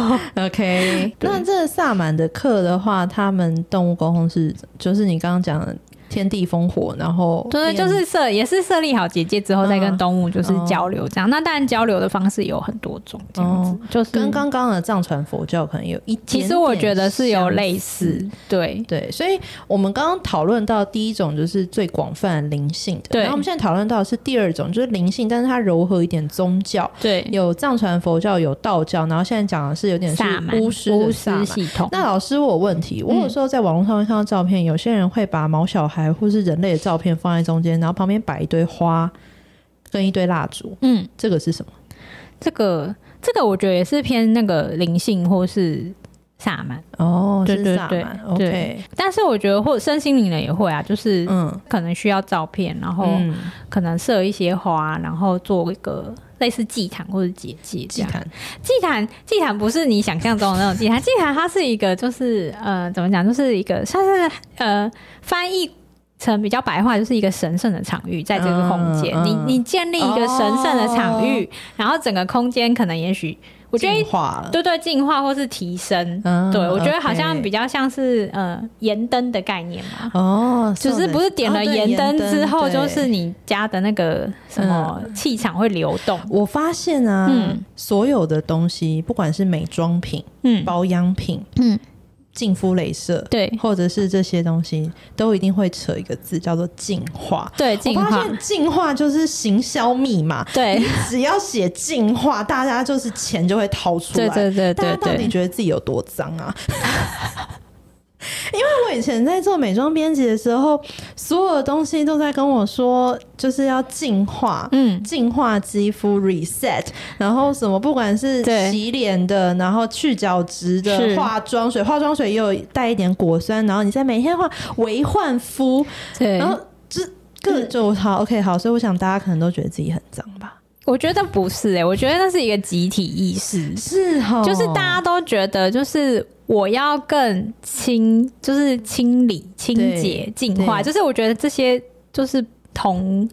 [SPEAKER 1] OK，那这萨满的课的话，他们动物沟通是就是你刚刚讲的天地烽火，然后
[SPEAKER 2] 对，
[SPEAKER 1] 念
[SPEAKER 2] 就是设也是设立好结界之后，再跟
[SPEAKER 1] 嗯
[SPEAKER 2] 动物就是
[SPEAKER 1] 哦
[SPEAKER 2] 交流这样。那当然交流的方式有很多种，这样子、
[SPEAKER 1] 哦
[SPEAKER 2] 就是
[SPEAKER 1] 跟刚刚的藏传佛教可能有一点
[SPEAKER 2] 其实我觉得是有
[SPEAKER 1] 点
[SPEAKER 2] 类
[SPEAKER 1] 相
[SPEAKER 2] 似，对
[SPEAKER 1] 对，所以我们刚刚讨论到第一种就是最广泛灵性的，
[SPEAKER 2] 对
[SPEAKER 1] 然后我们现在讨论到的是第二种，就是灵性，但是它柔和一点宗教，
[SPEAKER 2] 对，
[SPEAKER 1] 有藏传佛教，有道教，然后现在讲的是有点是
[SPEAKER 2] 萨满嗯
[SPEAKER 1] 巫师的
[SPEAKER 2] 巫师
[SPEAKER 1] 萨满。
[SPEAKER 2] 系统。
[SPEAKER 1] 那老师，我有问题，我有时候在网络上会看到照片，有些人会把毛小孩或是人类的照片放在中间，然后旁边摆一堆花跟一堆蜡烛，
[SPEAKER 2] 嗯，
[SPEAKER 1] 这个是什么？
[SPEAKER 2] 这个这个我觉得也是偏那个灵性或是萨满，
[SPEAKER 1] 哦，
[SPEAKER 2] 对对
[SPEAKER 1] 是萨
[SPEAKER 2] 对
[SPEAKER 1] 满
[SPEAKER 2] 对
[SPEAKER 1] ，OK，
[SPEAKER 2] 但是我觉得或身心灵的也会啊，就是
[SPEAKER 1] 嗯。
[SPEAKER 2] 可能需要照片，然后
[SPEAKER 1] 嗯，
[SPEAKER 2] 可能设一些花，然后做一个类似祭坛或者结界这
[SPEAKER 1] 祭
[SPEAKER 2] 样。
[SPEAKER 1] 坛
[SPEAKER 2] 祭坛，祭坛不是你想象中的那种祭坛，祭坛它是一个就是呃怎么讲，就是一个算是呃翻译。成比较白话就是一个神圣的场域，在这个空间，
[SPEAKER 1] 嗯嗯哦
[SPEAKER 2] 你你建立一个神圣的场域，然后整个空间可能也许我觉
[SPEAKER 1] 进
[SPEAKER 2] 得
[SPEAKER 1] 化了。
[SPEAKER 2] 对对进化或是提升，
[SPEAKER 1] 嗯
[SPEAKER 2] 对我觉得好像
[SPEAKER 1] OK
[SPEAKER 2] 比较像是呃盐灯的概念嘛。
[SPEAKER 1] 哦，
[SPEAKER 2] 就是不是点了
[SPEAKER 1] 哦对
[SPEAKER 2] 盐灯之后，
[SPEAKER 1] 对
[SPEAKER 2] 就是你家的那个什么
[SPEAKER 1] 嗯
[SPEAKER 2] 气场会流动，
[SPEAKER 1] 我发现啊，
[SPEAKER 2] 嗯
[SPEAKER 1] 所有的东西，不管是美妆品、
[SPEAKER 2] 嗯
[SPEAKER 1] 保养品、
[SPEAKER 2] 嗯，
[SPEAKER 1] 净肤镭射，
[SPEAKER 2] 对
[SPEAKER 1] 或者是这些东西，都一定会扯一个字叫做进化。
[SPEAKER 2] 对，
[SPEAKER 1] 我
[SPEAKER 2] 进
[SPEAKER 1] 发
[SPEAKER 2] 化，
[SPEAKER 1] 现进化就是行销密码，
[SPEAKER 2] 对
[SPEAKER 1] 你只要写进化，大家就是钱就会掏出来。
[SPEAKER 2] 对对对
[SPEAKER 1] 大家
[SPEAKER 2] 对
[SPEAKER 1] 到底
[SPEAKER 2] 对，
[SPEAKER 1] 觉得自己有多脏啊？ 因为我以前在做美妆编辑的时候，所有的东西都在跟我说，就是要净化，
[SPEAKER 2] 嗯，
[SPEAKER 1] 净化肌肤 reset，然后什么不管是
[SPEAKER 2] 对
[SPEAKER 1] 洗脸的，然后去角质的
[SPEAKER 2] 是
[SPEAKER 1] 化妆水，化妆水也有带一点果酸，然后你再每天换微焕肤，
[SPEAKER 2] 对嗯
[SPEAKER 1] 然。后这各种好 OK 好，所以我想大家可能都觉得自己很脏吧？
[SPEAKER 2] 我觉得不是哎、我觉得那是一个集体意识，
[SPEAKER 1] 是哦哈
[SPEAKER 2] 就是大家都觉得就是。我要更清，就是清理、清洁、净化，
[SPEAKER 1] 对
[SPEAKER 2] 就是我觉得这些就是同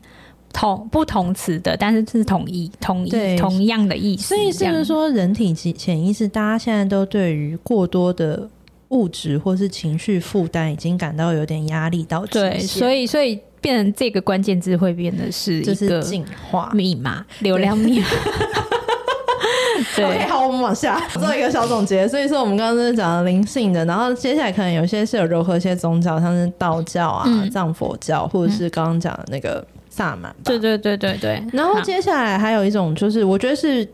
[SPEAKER 2] 同不同词的，但是是同一同
[SPEAKER 1] 对
[SPEAKER 2] 一同样的意思。
[SPEAKER 1] 所以是不
[SPEAKER 2] 这
[SPEAKER 1] 是
[SPEAKER 2] 样
[SPEAKER 1] 说人体潜潜意识，大家现在都对于过多的物质或是情绪负担已经感到有点压力到极限
[SPEAKER 2] 对？所以所以变成这个关键字会变得是
[SPEAKER 1] 就
[SPEAKER 2] 一
[SPEAKER 1] 是
[SPEAKER 2] 个
[SPEAKER 1] 进化。
[SPEAKER 2] 密码、流量密码。
[SPEAKER 1] OK，
[SPEAKER 2] 对，
[SPEAKER 1] 好，我们往下做一个小总结。所以说，我们刚刚就是讲了灵性的，然后接下来可能有些是有柔合一些宗教，像是道教啊、
[SPEAKER 2] 嗯
[SPEAKER 1] 藏佛教，或者是刚刚讲的那个萨满吧。
[SPEAKER 2] 对对对对对。
[SPEAKER 1] 然后
[SPEAKER 2] 好
[SPEAKER 1] 接下来还有一种，就是我觉得是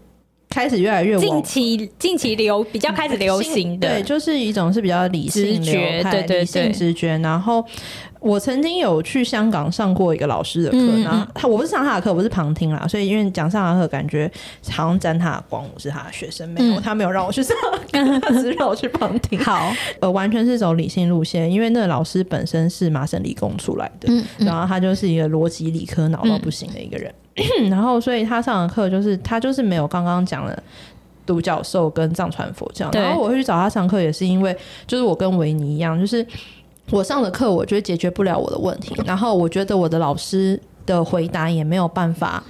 [SPEAKER 1] 开始越来越
[SPEAKER 2] 近
[SPEAKER 1] 往嗯
[SPEAKER 2] 期近期流比较开始流行的，
[SPEAKER 1] 对，就是一种是比较理性
[SPEAKER 2] 直觉
[SPEAKER 1] 流派
[SPEAKER 2] 对对
[SPEAKER 1] 理性
[SPEAKER 2] 对
[SPEAKER 1] 直觉。然后我曾经有去香港上过一个老师的课，
[SPEAKER 2] 嗯嗯
[SPEAKER 1] 然后他我不是上他的课，我是旁听啦，所以因为讲上他的课，感觉好像沾他的光，我是他的学生，没有，
[SPEAKER 2] 嗯
[SPEAKER 1] 他没有让我去上 他的课，只让我去旁听。
[SPEAKER 2] 好，
[SPEAKER 1] 呃，完全是走理性路线，因为那个老师本身是麻省理工出来的，
[SPEAKER 2] 嗯
[SPEAKER 1] 然后他就是一个逻辑理科脑到不行的一个人，
[SPEAKER 2] 嗯
[SPEAKER 1] 然后所以他上的课就是他就是没有刚刚讲的独角兽跟藏传佛教，
[SPEAKER 2] 对
[SPEAKER 1] 然后我会去找他上课也是因为就是我跟维尼一样，就是我上的课我觉得解决不了我的问题，然后我觉得我的老师的回答也没有办法。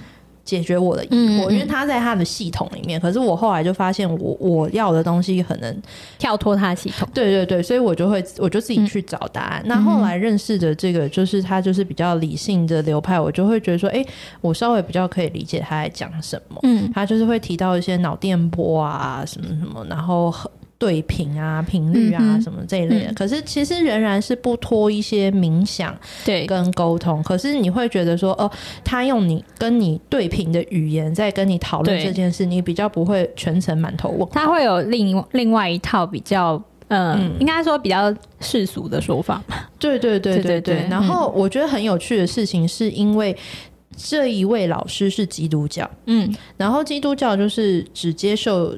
[SPEAKER 1] 解决我的疑
[SPEAKER 2] 嗯嗯
[SPEAKER 1] 惑，因为他在他的系统里面，可是我后来就发现我我要的东西可能
[SPEAKER 2] 跳脱它的系统。
[SPEAKER 1] 对对对，所以我就会我就自
[SPEAKER 2] 嗯
[SPEAKER 1] 己去找答案。那后来认识的这个就是他就是比较理性的流派，我就会觉得说，哎、我稍微比较可以理解他在讲什么。
[SPEAKER 2] 嗯，
[SPEAKER 1] 他就是会提到一些脑电波啊什么什么，然后和对频啊、频率啊、
[SPEAKER 2] 嗯哼
[SPEAKER 1] 什么这一类的。
[SPEAKER 2] 嗯
[SPEAKER 1] 可是其实仍然是不脱一些冥想
[SPEAKER 2] 对，
[SPEAKER 1] 跟沟通，可是你会觉得说，哦，他用你跟你对频的语言在跟你讨论
[SPEAKER 2] 对
[SPEAKER 1] 这件事，你比较不会全程满头问号。
[SPEAKER 2] 它会有另另外一套比较，呃、
[SPEAKER 1] 嗯
[SPEAKER 2] 嗯，应该说比较世俗的说法。
[SPEAKER 1] 对对对对
[SPEAKER 2] 对对
[SPEAKER 1] 对。嗯
[SPEAKER 2] 对
[SPEAKER 1] 然后我觉得很有趣的事情，是因为这一位老师是基督教，
[SPEAKER 2] 嗯，
[SPEAKER 1] 然后基督教就是只接受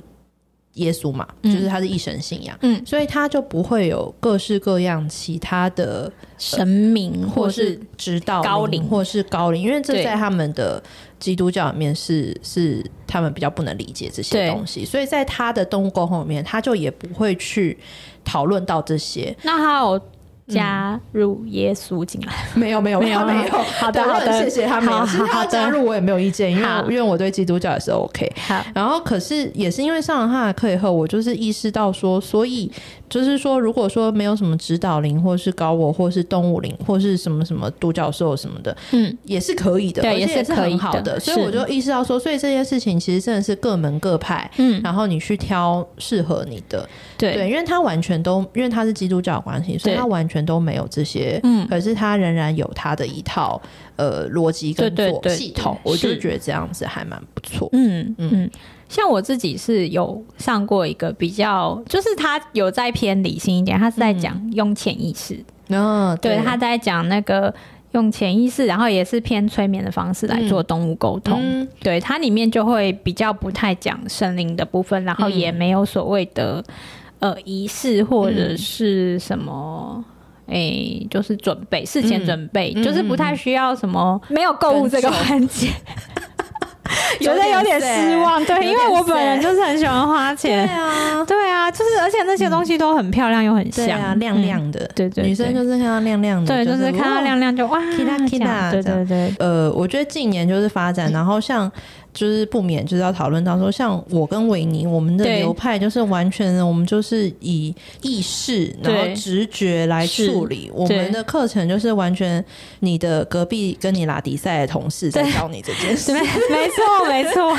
[SPEAKER 1] 耶稣嘛，就
[SPEAKER 2] 嗯
[SPEAKER 1] 是他是一神信仰，
[SPEAKER 2] 嗯
[SPEAKER 1] 所以他就不会有各式各样其他的
[SPEAKER 2] 神明
[SPEAKER 1] 或
[SPEAKER 2] 或
[SPEAKER 1] 是
[SPEAKER 2] 是
[SPEAKER 1] 指导
[SPEAKER 2] 高龄
[SPEAKER 1] 或是高龄，因为这
[SPEAKER 2] 对
[SPEAKER 1] 在他们的基督教里面是是他们比较不能理解这些
[SPEAKER 2] 对
[SPEAKER 1] 东西，所以在他的动物沟通里面，他就也不会去讨论到这些，
[SPEAKER 2] 那还有加入耶稣进来。
[SPEAKER 1] 没有没有
[SPEAKER 2] 嗯没有
[SPEAKER 1] 他没有，
[SPEAKER 2] 好的
[SPEAKER 1] 对
[SPEAKER 2] 啊好
[SPEAKER 1] 我很
[SPEAKER 2] 的，
[SPEAKER 1] 谢谢他没有。
[SPEAKER 2] 好
[SPEAKER 1] 其实他
[SPEAKER 2] 好
[SPEAKER 1] 要加
[SPEAKER 2] 的
[SPEAKER 1] 入我也没有意见，因为
[SPEAKER 2] 好
[SPEAKER 1] 我因为我对基督教也是 OK。
[SPEAKER 2] 好，
[SPEAKER 1] 然后可是也是因为上了他的课以后，我就是意识到说，所以就是说，如果说没有什么指导灵，或是高我，或是动物灵，或是什么什么独角兽什么的，
[SPEAKER 2] 嗯，
[SPEAKER 1] 也是可以的，
[SPEAKER 2] 对
[SPEAKER 1] 而且
[SPEAKER 2] 也是
[SPEAKER 1] 也是
[SPEAKER 2] 可以
[SPEAKER 1] 很
[SPEAKER 2] 的
[SPEAKER 1] 好的。所以
[SPEAKER 2] 是
[SPEAKER 1] 我就意识到说，所以这件事情其实真的是各门各派，
[SPEAKER 2] 嗯，
[SPEAKER 1] 然后你去挑适合你的。
[SPEAKER 2] 对，
[SPEAKER 1] 对，因为他完全都，因为他是基督教的关系，所以
[SPEAKER 2] 对
[SPEAKER 1] 他完全都没有这些，
[SPEAKER 2] 嗯
[SPEAKER 1] 可是他仍然有他的一套呃逻辑跟
[SPEAKER 2] 对对
[SPEAKER 1] 做
[SPEAKER 2] 对
[SPEAKER 1] 系统，
[SPEAKER 2] 对
[SPEAKER 1] 我就是觉得这样子还蛮不错。
[SPEAKER 2] 嗯
[SPEAKER 1] 嗯
[SPEAKER 2] 嗯，像我自己是有上过一个比较，就是他有在偏理性一点，他是在讲用潜意识，
[SPEAKER 1] 嗯，
[SPEAKER 2] 对，他在讲那个用潜意识，然后也是偏催眠的方式来做动物沟通。
[SPEAKER 1] 嗯
[SPEAKER 2] 对，它里面就会比较不太讲神灵的部分，然后也没有所谓的、呃仪式或者是什么。诶、就是准备，事前准备，
[SPEAKER 1] 嗯
[SPEAKER 2] 就是不太需要什么，没有购物这个环 节，觉得有点失望。对，因为我本人就是很喜欢花
[SPEAKER 1] 对
[SPEAKER 2] 钱，
[SPEAKER 1] 啊，
[SPEAKER 2] 对啊，就是而且那些东西都很漂亮又很
[SPEAKER 1] 对
[SPEAKER 2] 香，
[SPEAKER 1] 啊，亮
[SPEAKER 2] 嗯
[SPEAKER 1] 亮的，
[SPEAKER 2] 对对对
[SPEAKER 1] 女生嗯就是看到亮亮的，
[SPEAKER 2] 对，就是看
[SPEAKER 1] 哇
[SPEAKER 2] 到亮亮就哇
[SPEAKER 1] Kira，Kira，
[SPEAKER 2] 这样对
[SPEAKER 1] 这样
[SPEAKER 2] 对对，嗯
[SPEAKER 1] 呃，我觉得近年就是发展，然后像就是不免就是要讨论到说，像我跟维尼，我们的
[SPEAKER 2] 对
[SPEAKER 1] 流派就是完全的，我们就是以意识然后
[SPEAKER 2] 对
[SPEAKER 1] 直觉来
[SPEAKER 2] 是
[SPEAKER 1] 处理。我们的课程就是完全你的隔壁跟你拉迪赛的同事在
[SPEAKER 2] 对
[SPEAKER 1] 教你这件事
[SPEAKER 2] 对，， 没错，没错，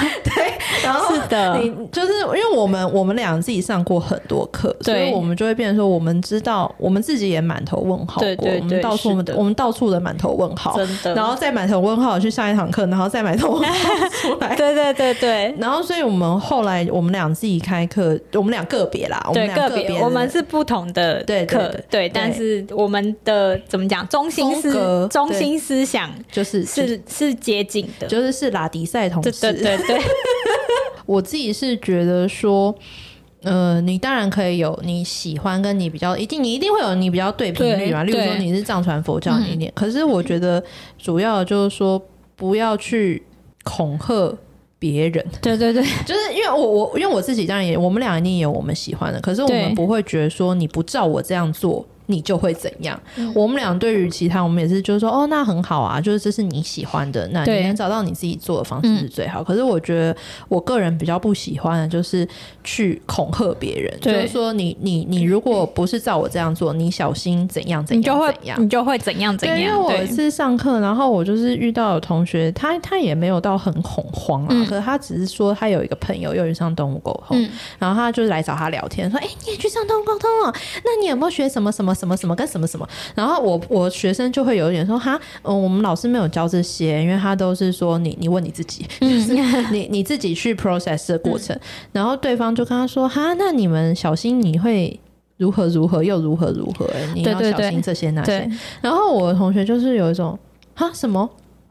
[SPEAKER 1] 然后
[SPEAKER 2] 是的，
[SPEAKER 1] 哦你就是因为我们我们俩自己上过很多课，所
[SPEAKER 2] 对
[SPEAKER 1] 以我们就会变成说，我们知道我们自己也满头问号过，
[SPEAKER 2] 对对
[SPEAKER 1] 我
[SPEAKER 2] 对
[SPEAKER 1] 们到处我们
[SPEAKER 2] 是的
[SPEAKER 1] 我们到处的满头问号，
[SPEAKER 2] 真的
[SPEAKER 1] 然后再满头问号去上一堂课，然后再满头问 号出来。
[SPEAKER 2] 对对对对。
[SPEAKER 1] 然后，所以我们后来我们俩自己开课，我们俩个别啦， 我们
[SPEAKER 2] 对
[SPEAKER 1] 俩
[SPEAKER 2] 个
[SPEAKER 1] 别
[SPEAKER 2] 别，
[SPEAKER 1] 的
[SPEAKER 2] 我们是不同的
[SPEAKER 1] 对对
[SPEAKER 2] 课，
[SPEAKER 1] 对
[SPEAKER 2] 对，但是我们的怎么讲，中心
[SPEAKER 1] 风
[SPEAKER 2] 思
[SPEAKER 1] 格
[SPEAKER 2] 中
[SPEAKER 1] 对
[SPEAKER 2] 心思想
[SPEAKER 1] 就是就是
[SPEAKER 2] 是是接近的，
[SPEAKER 1] 就是是拉迪赛同
[SPEAKER 2] 对
[SPEAKER 1] 事
[SPEAKER 2] 对，对对，
[SPEAKER 1] 我自己是觉得说，呃，你当然可以有你喜欢跟你比较一定，你一定会有你比较对频率嘛。
[SPEAKER 2] 对
[SPEAKER 1] 例如说
[SPEAKER 2] 对
[SPEAKER 1] 你是藏传佛教你一点，可是我觉得主要就是说不要去恐吓。别人
[SPEAKER 2] 对 对对，
[SPEAKER 1] 就是因为我我因为我自己当然也我们俩一定也有我们喜欢的，可是我
[SPEAKER 2] 对
[SPEAKER 1] 们不会觉得说你不照我这样做你就会怎样。
[SPEAKER 2] 嗯
[SPEAKER 1] 我们俩对于其他我们也是就是说哦那很好啊，就是这是你喜欢的，那
[SPEAKER 2] 对嗯
[SPEAKER 1] 你能找到你自己做的方式是最好。可是我觉得我个人比较不喜欢的就是去恐吓别人，就
[SPEAKER 2] 对
[SPEAKER 1] 是说你你你如果不是照我这样做，你小心怎样怎
[SPEAKER 2] 你就
[SPEAKER 1] 样
[SPEAKER 2] 会
[SPEAKER 1] 怎样。
[SPEAKER 2] 你就会怎样怎
[SPEAKER 1] 对，因为
[SPEAKER 2] 样，
[SPEAKER 1] 我
[SPEAKER 2] 对
[SPEAKER 1] 有一次上课，然后我就是遇到有同学，他他也没有到很恐慌啊，
[SPEAKER 2] 嗯
[SPEAKER 1] 可是他只是说他有一个朋友又去上动物沟通，
[SPEAKER 2] 嗯
[SPEAKER 1] 然后他就来找他聊天，说：“哎、你也去上动物沟通哦？那你有没有学什么什么什么什么跟什么什么？”然后我我学生就会有一点说：“哈，嗯，我们老师没有教这些，因为他都是说你你问你自己，
[SPEAKER 2] 嗯
[SPEAKER 1] 就是 你你自己去 process 的过程。然后对方就跟他说：“哈，那你们小心你会。”如何如何又如何如何、哎你
[SPEAKER 2] 对
[SPEAKER 1] 要
[SPEAKER 2] 对
[SPEAKER 1] 小
[SPEAKER 2] 对
[SPEAKER 1] 心这些那些。
[SPEAKER 2] 对，
[SPEAKER 1] 然后我的同学就是有一种哈什么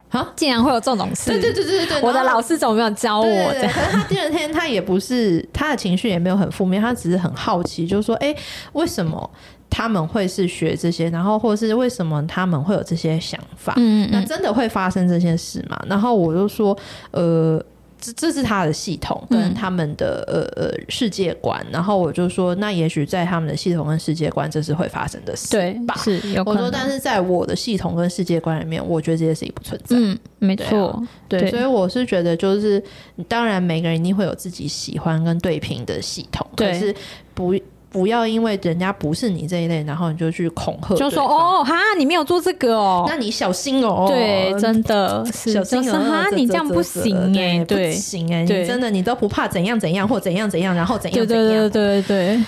[SPEAKER 1] 哈，
[SPEAKER 2] 竟然会有这种事，
[SPEAKER 1] 对对对对对，
[SPEAKER 2] 我的
[SPEAKER 1] 然后
[SPEAKER 2] 老师怎么没有教
[SPEAKER 1] 对
[SPEAKER 2] 我
[SPEAKER 1] 对对
[SPEAKER 2] 这样？
[SPEAKER 1] 可是他第二天他也不是他的情绪也没有很负面，他只是很好奇，就是说，哎、为什么他们会是学这些，然后或是为什么他们会有这些想法？
[SPEAKER 2] 嗯
[SPEAKER 1] 那真的会发生这些事吗？然后我就说，呃。这这是他的系统跟他们的、呃呃世界观，然后我就说，那也许在他们的系统跟世界观，这是会发生的事。
[SPEAKER 2] 对
[SPEAKER 1] 吧
[SPEAKER 2] 是有可
[SPEAKER 1] 我说，
[SPEAKER 2] 能，
[SPEAKER 1] 但是在我的系统跟世界观里面，我觉得这些事情不存在。
[SPEAKER 2] 嗯，没
[SPEAKER 1] 对啊
[SPEAKER 2] 错，
[SPEAKER 1] 对，
[SPEAKER 2] 对
[SPEAKER 1] 所以我是觉得，就是当然每个人一定会有自己喜欢跟对平的系统，
[SPEAKER 2] 对
[SPEAKER 1] 可是不不要因为人家不是你这一类，然后你就去恐吓，
[SPEAKER 2] 就说，哦哈，你没有做这个哦
[SPEAKER 1] 那，你小心哦，
[SPEAKER 2] 对，真的是，
[SPEAKER 1] 小
[SPEAKER 2] 就
[SPEAKER 1] 心
[SPEAKER 2] 是
[SPEAKER 1] 哦，
[SPEAKER 2] 哈，你这样不行
[SPEAKER 1] 对，
[SPEAKER 2] 哎，对
[SPEAKER 1] 不，行哎，
[SPEAKER 2] 对
[SPEAKER 1] 你真的你都不怕怎样怎样或怎样怎样，然后怎
[SPEAKER 2] 对
[SPEAKER 1] 样怎
[SPEAKER 2] 对对
[SPEAKER 1] 样，
[SPEAKER 2] 对对对。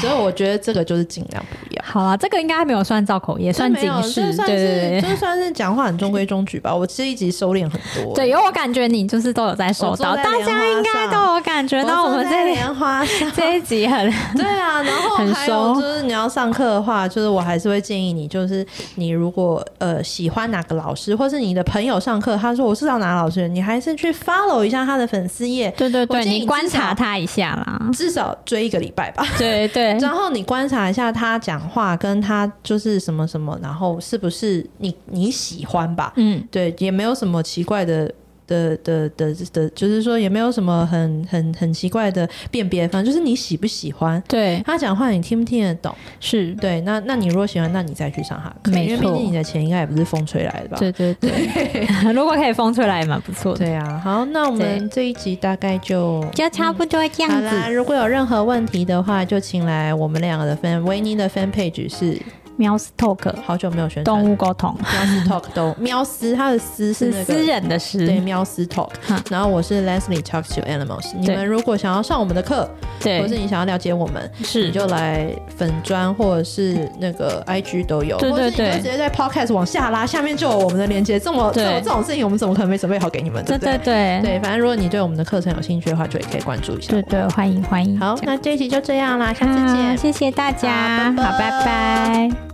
[SPEAKER 1] 所以我觉得这个就是尽量不要。
[SPEAKER 2] 好啊，这个应该没有算造口业，算
[SPEAKER 1] 没
[SPEAKER 2] 警
[SPEAKER 1] 有，
[SPEAKER 2] 示
[SPEAKER 1] 这，算
[SPEAKER 2] 对对
[SPEAKER 1] 是
[SPEAKER 2] 对。
[SPEAKER 1] 这算是讲话很中规中矩吧。我这一集收敛很多，
[SPEAKER 2] 对，因为我感觉你就是都有在收
[SPEAKER 1] 我坐
[SPEAKER 2] 到，
[SPEAKER 1] 在
[SPEAKER 2] 大
[SPEAKER 1] 莲
[SPEAKER 2] 家
[SPEAKER 1] 花
[SPEAKER 2] 应该
[SPEAKER 1] 上
[SPEAKER 2] 都有感觉
[SPEAKER 1] 我
[SPEAKER 2] 到我们
[SPEAKER 1] 坐在
[SPEAKER 2] 这里
[SPEAKER 1] 莲花上
[SPEAKER 2] 这一集很
[SPEAKER 1] 对啊，然后
[SPEAKER 2] 很
[SPEAKER 1] 还有
[SPEAKER 2] 熟
[SPEAKER 1] 就是你要上课的话，就是我还是会建议你，就是你如果呃喜欢哪个老师，或是你的朋友上课，他说我是找哪个老师，你还是去 follow 一下他的粉丝页，
[SPEAKER 2] 对对对，
[SPEAKER 1] 建议
[SPEAKER 2] 你
[SPEAKER 1] 你
[SPEAKER 2] 观
[SPEAKER 1] 至少
[SPEAKER 2] 察他一下啦。
[SPEAKER 1] 至少追一个礼拜吧。
[SPEAKER 2] 对对，
[SPEAKER 1] 然后你观察一下他讲话，跟他就是什么什么，然后是不是你你喜欢吧？
[SPEAKER 2] 嗯，
[SPEAKER 1] 对，也没有什么奇怪的。的的的的，就是说也没有什么很很很奇怪的辨别方，就是你喜不喜欢
[SPEAKER 2] 对，
[SPEAKER 1] 他讲话，你听不听得懂？
[SPEAKER 2] 是，
[SPEAKER 1] 对，那那你如果喜欢，那你再去上他的课，
[SPEAKER 2] 没
[SPEAKER 1] 因为毕
[SPEAKER 2] 错
[SPEAKER 1] 竟你的钱应该也不是风吹来的吧？
[SPEAKER 2] 对对 对。如果可以风吹来，蛮不错的。
[SPEAKER 1] 对啊，好，那我
[SPEAKER 2] 对
[SPEAKER 1] 们这一集大概就。
[SPEAKER 2] 就差不多这
[SPEAKER 1] 好
[SPEAKER 2] 样
[SPEAKER 1] 啦，
[SPEAKER 2] 子，
[SPEAKER 1] 如果有任何问题的话，就请来我们两个的 fan 维尼的 fan page 是
[SPEAKER 2] 喵 talk
[SPEAKER 1] 好久没有宣传
[SPEAKER 2] 动物沟通
[SPEAKER 1] 喵斯 talk 都喵斯，他的斯是
[SPEAKER 2] 是
[SPEAKER 1] 那
[SPEAKER 2] 私
[SPEAKER 1] 个。
[SPEAKER 2] 人的事，
[SPEAKER 1] 对，喵斯 talk，
[SPEAKER 2] 嗯
[SPEAKER 1] 然后我是 Leslie talk to animals。你
[SPEAKER 2] 对
[SPEAKER 1] 们如果想要上我们的课，或者是
[SPEAKER 2] 对，
[SPEAKER 1] 你想要了解我们，
[SPEAKER 2] 是
[SPEAKER 1] 你就来粉砖或者是那个 IG 都有，
[SPEAKER 2] 对
[SPEAKER 1] 或者是
[SPEAKER 2] 对
[SPEAKER 1] 你
[SPEAKER 2] 对
[SPEAKER 1] 就直接在 Podcast 往下拉，下面就有我们的链接。这么这
[SPEAKER 2] 对
[SPEAKER 1] 种这种事情，我们怎么可能没准备好给你们？对
[SPEAKER 2] 对
[SPEAKER 1] 不
[SPEAKER 2] 对
[SPEAKER 1] 对？
[SPEAKER 2] 对
[SPEAKER 1] 对，反正如果你对我们的课程有兴趣的话，就也可以关注一下
[SPEAKER 2] 对嗯
[SPEAKER 1] 我。
[SPEAKER 2] 对，欢迎欢迎。
[SPEAKER 1] 好，那这一集就这样啦，下次
[SPEAKER 2] 好
[SPEAKER 1] 见。
[SPEAKER 2] 谢谢大
[SPEAKER 1] 好
[SPEAKER 2] 家，
[SPEAKER 1] 拜拜
[SPEAKER 2] 好，拜拜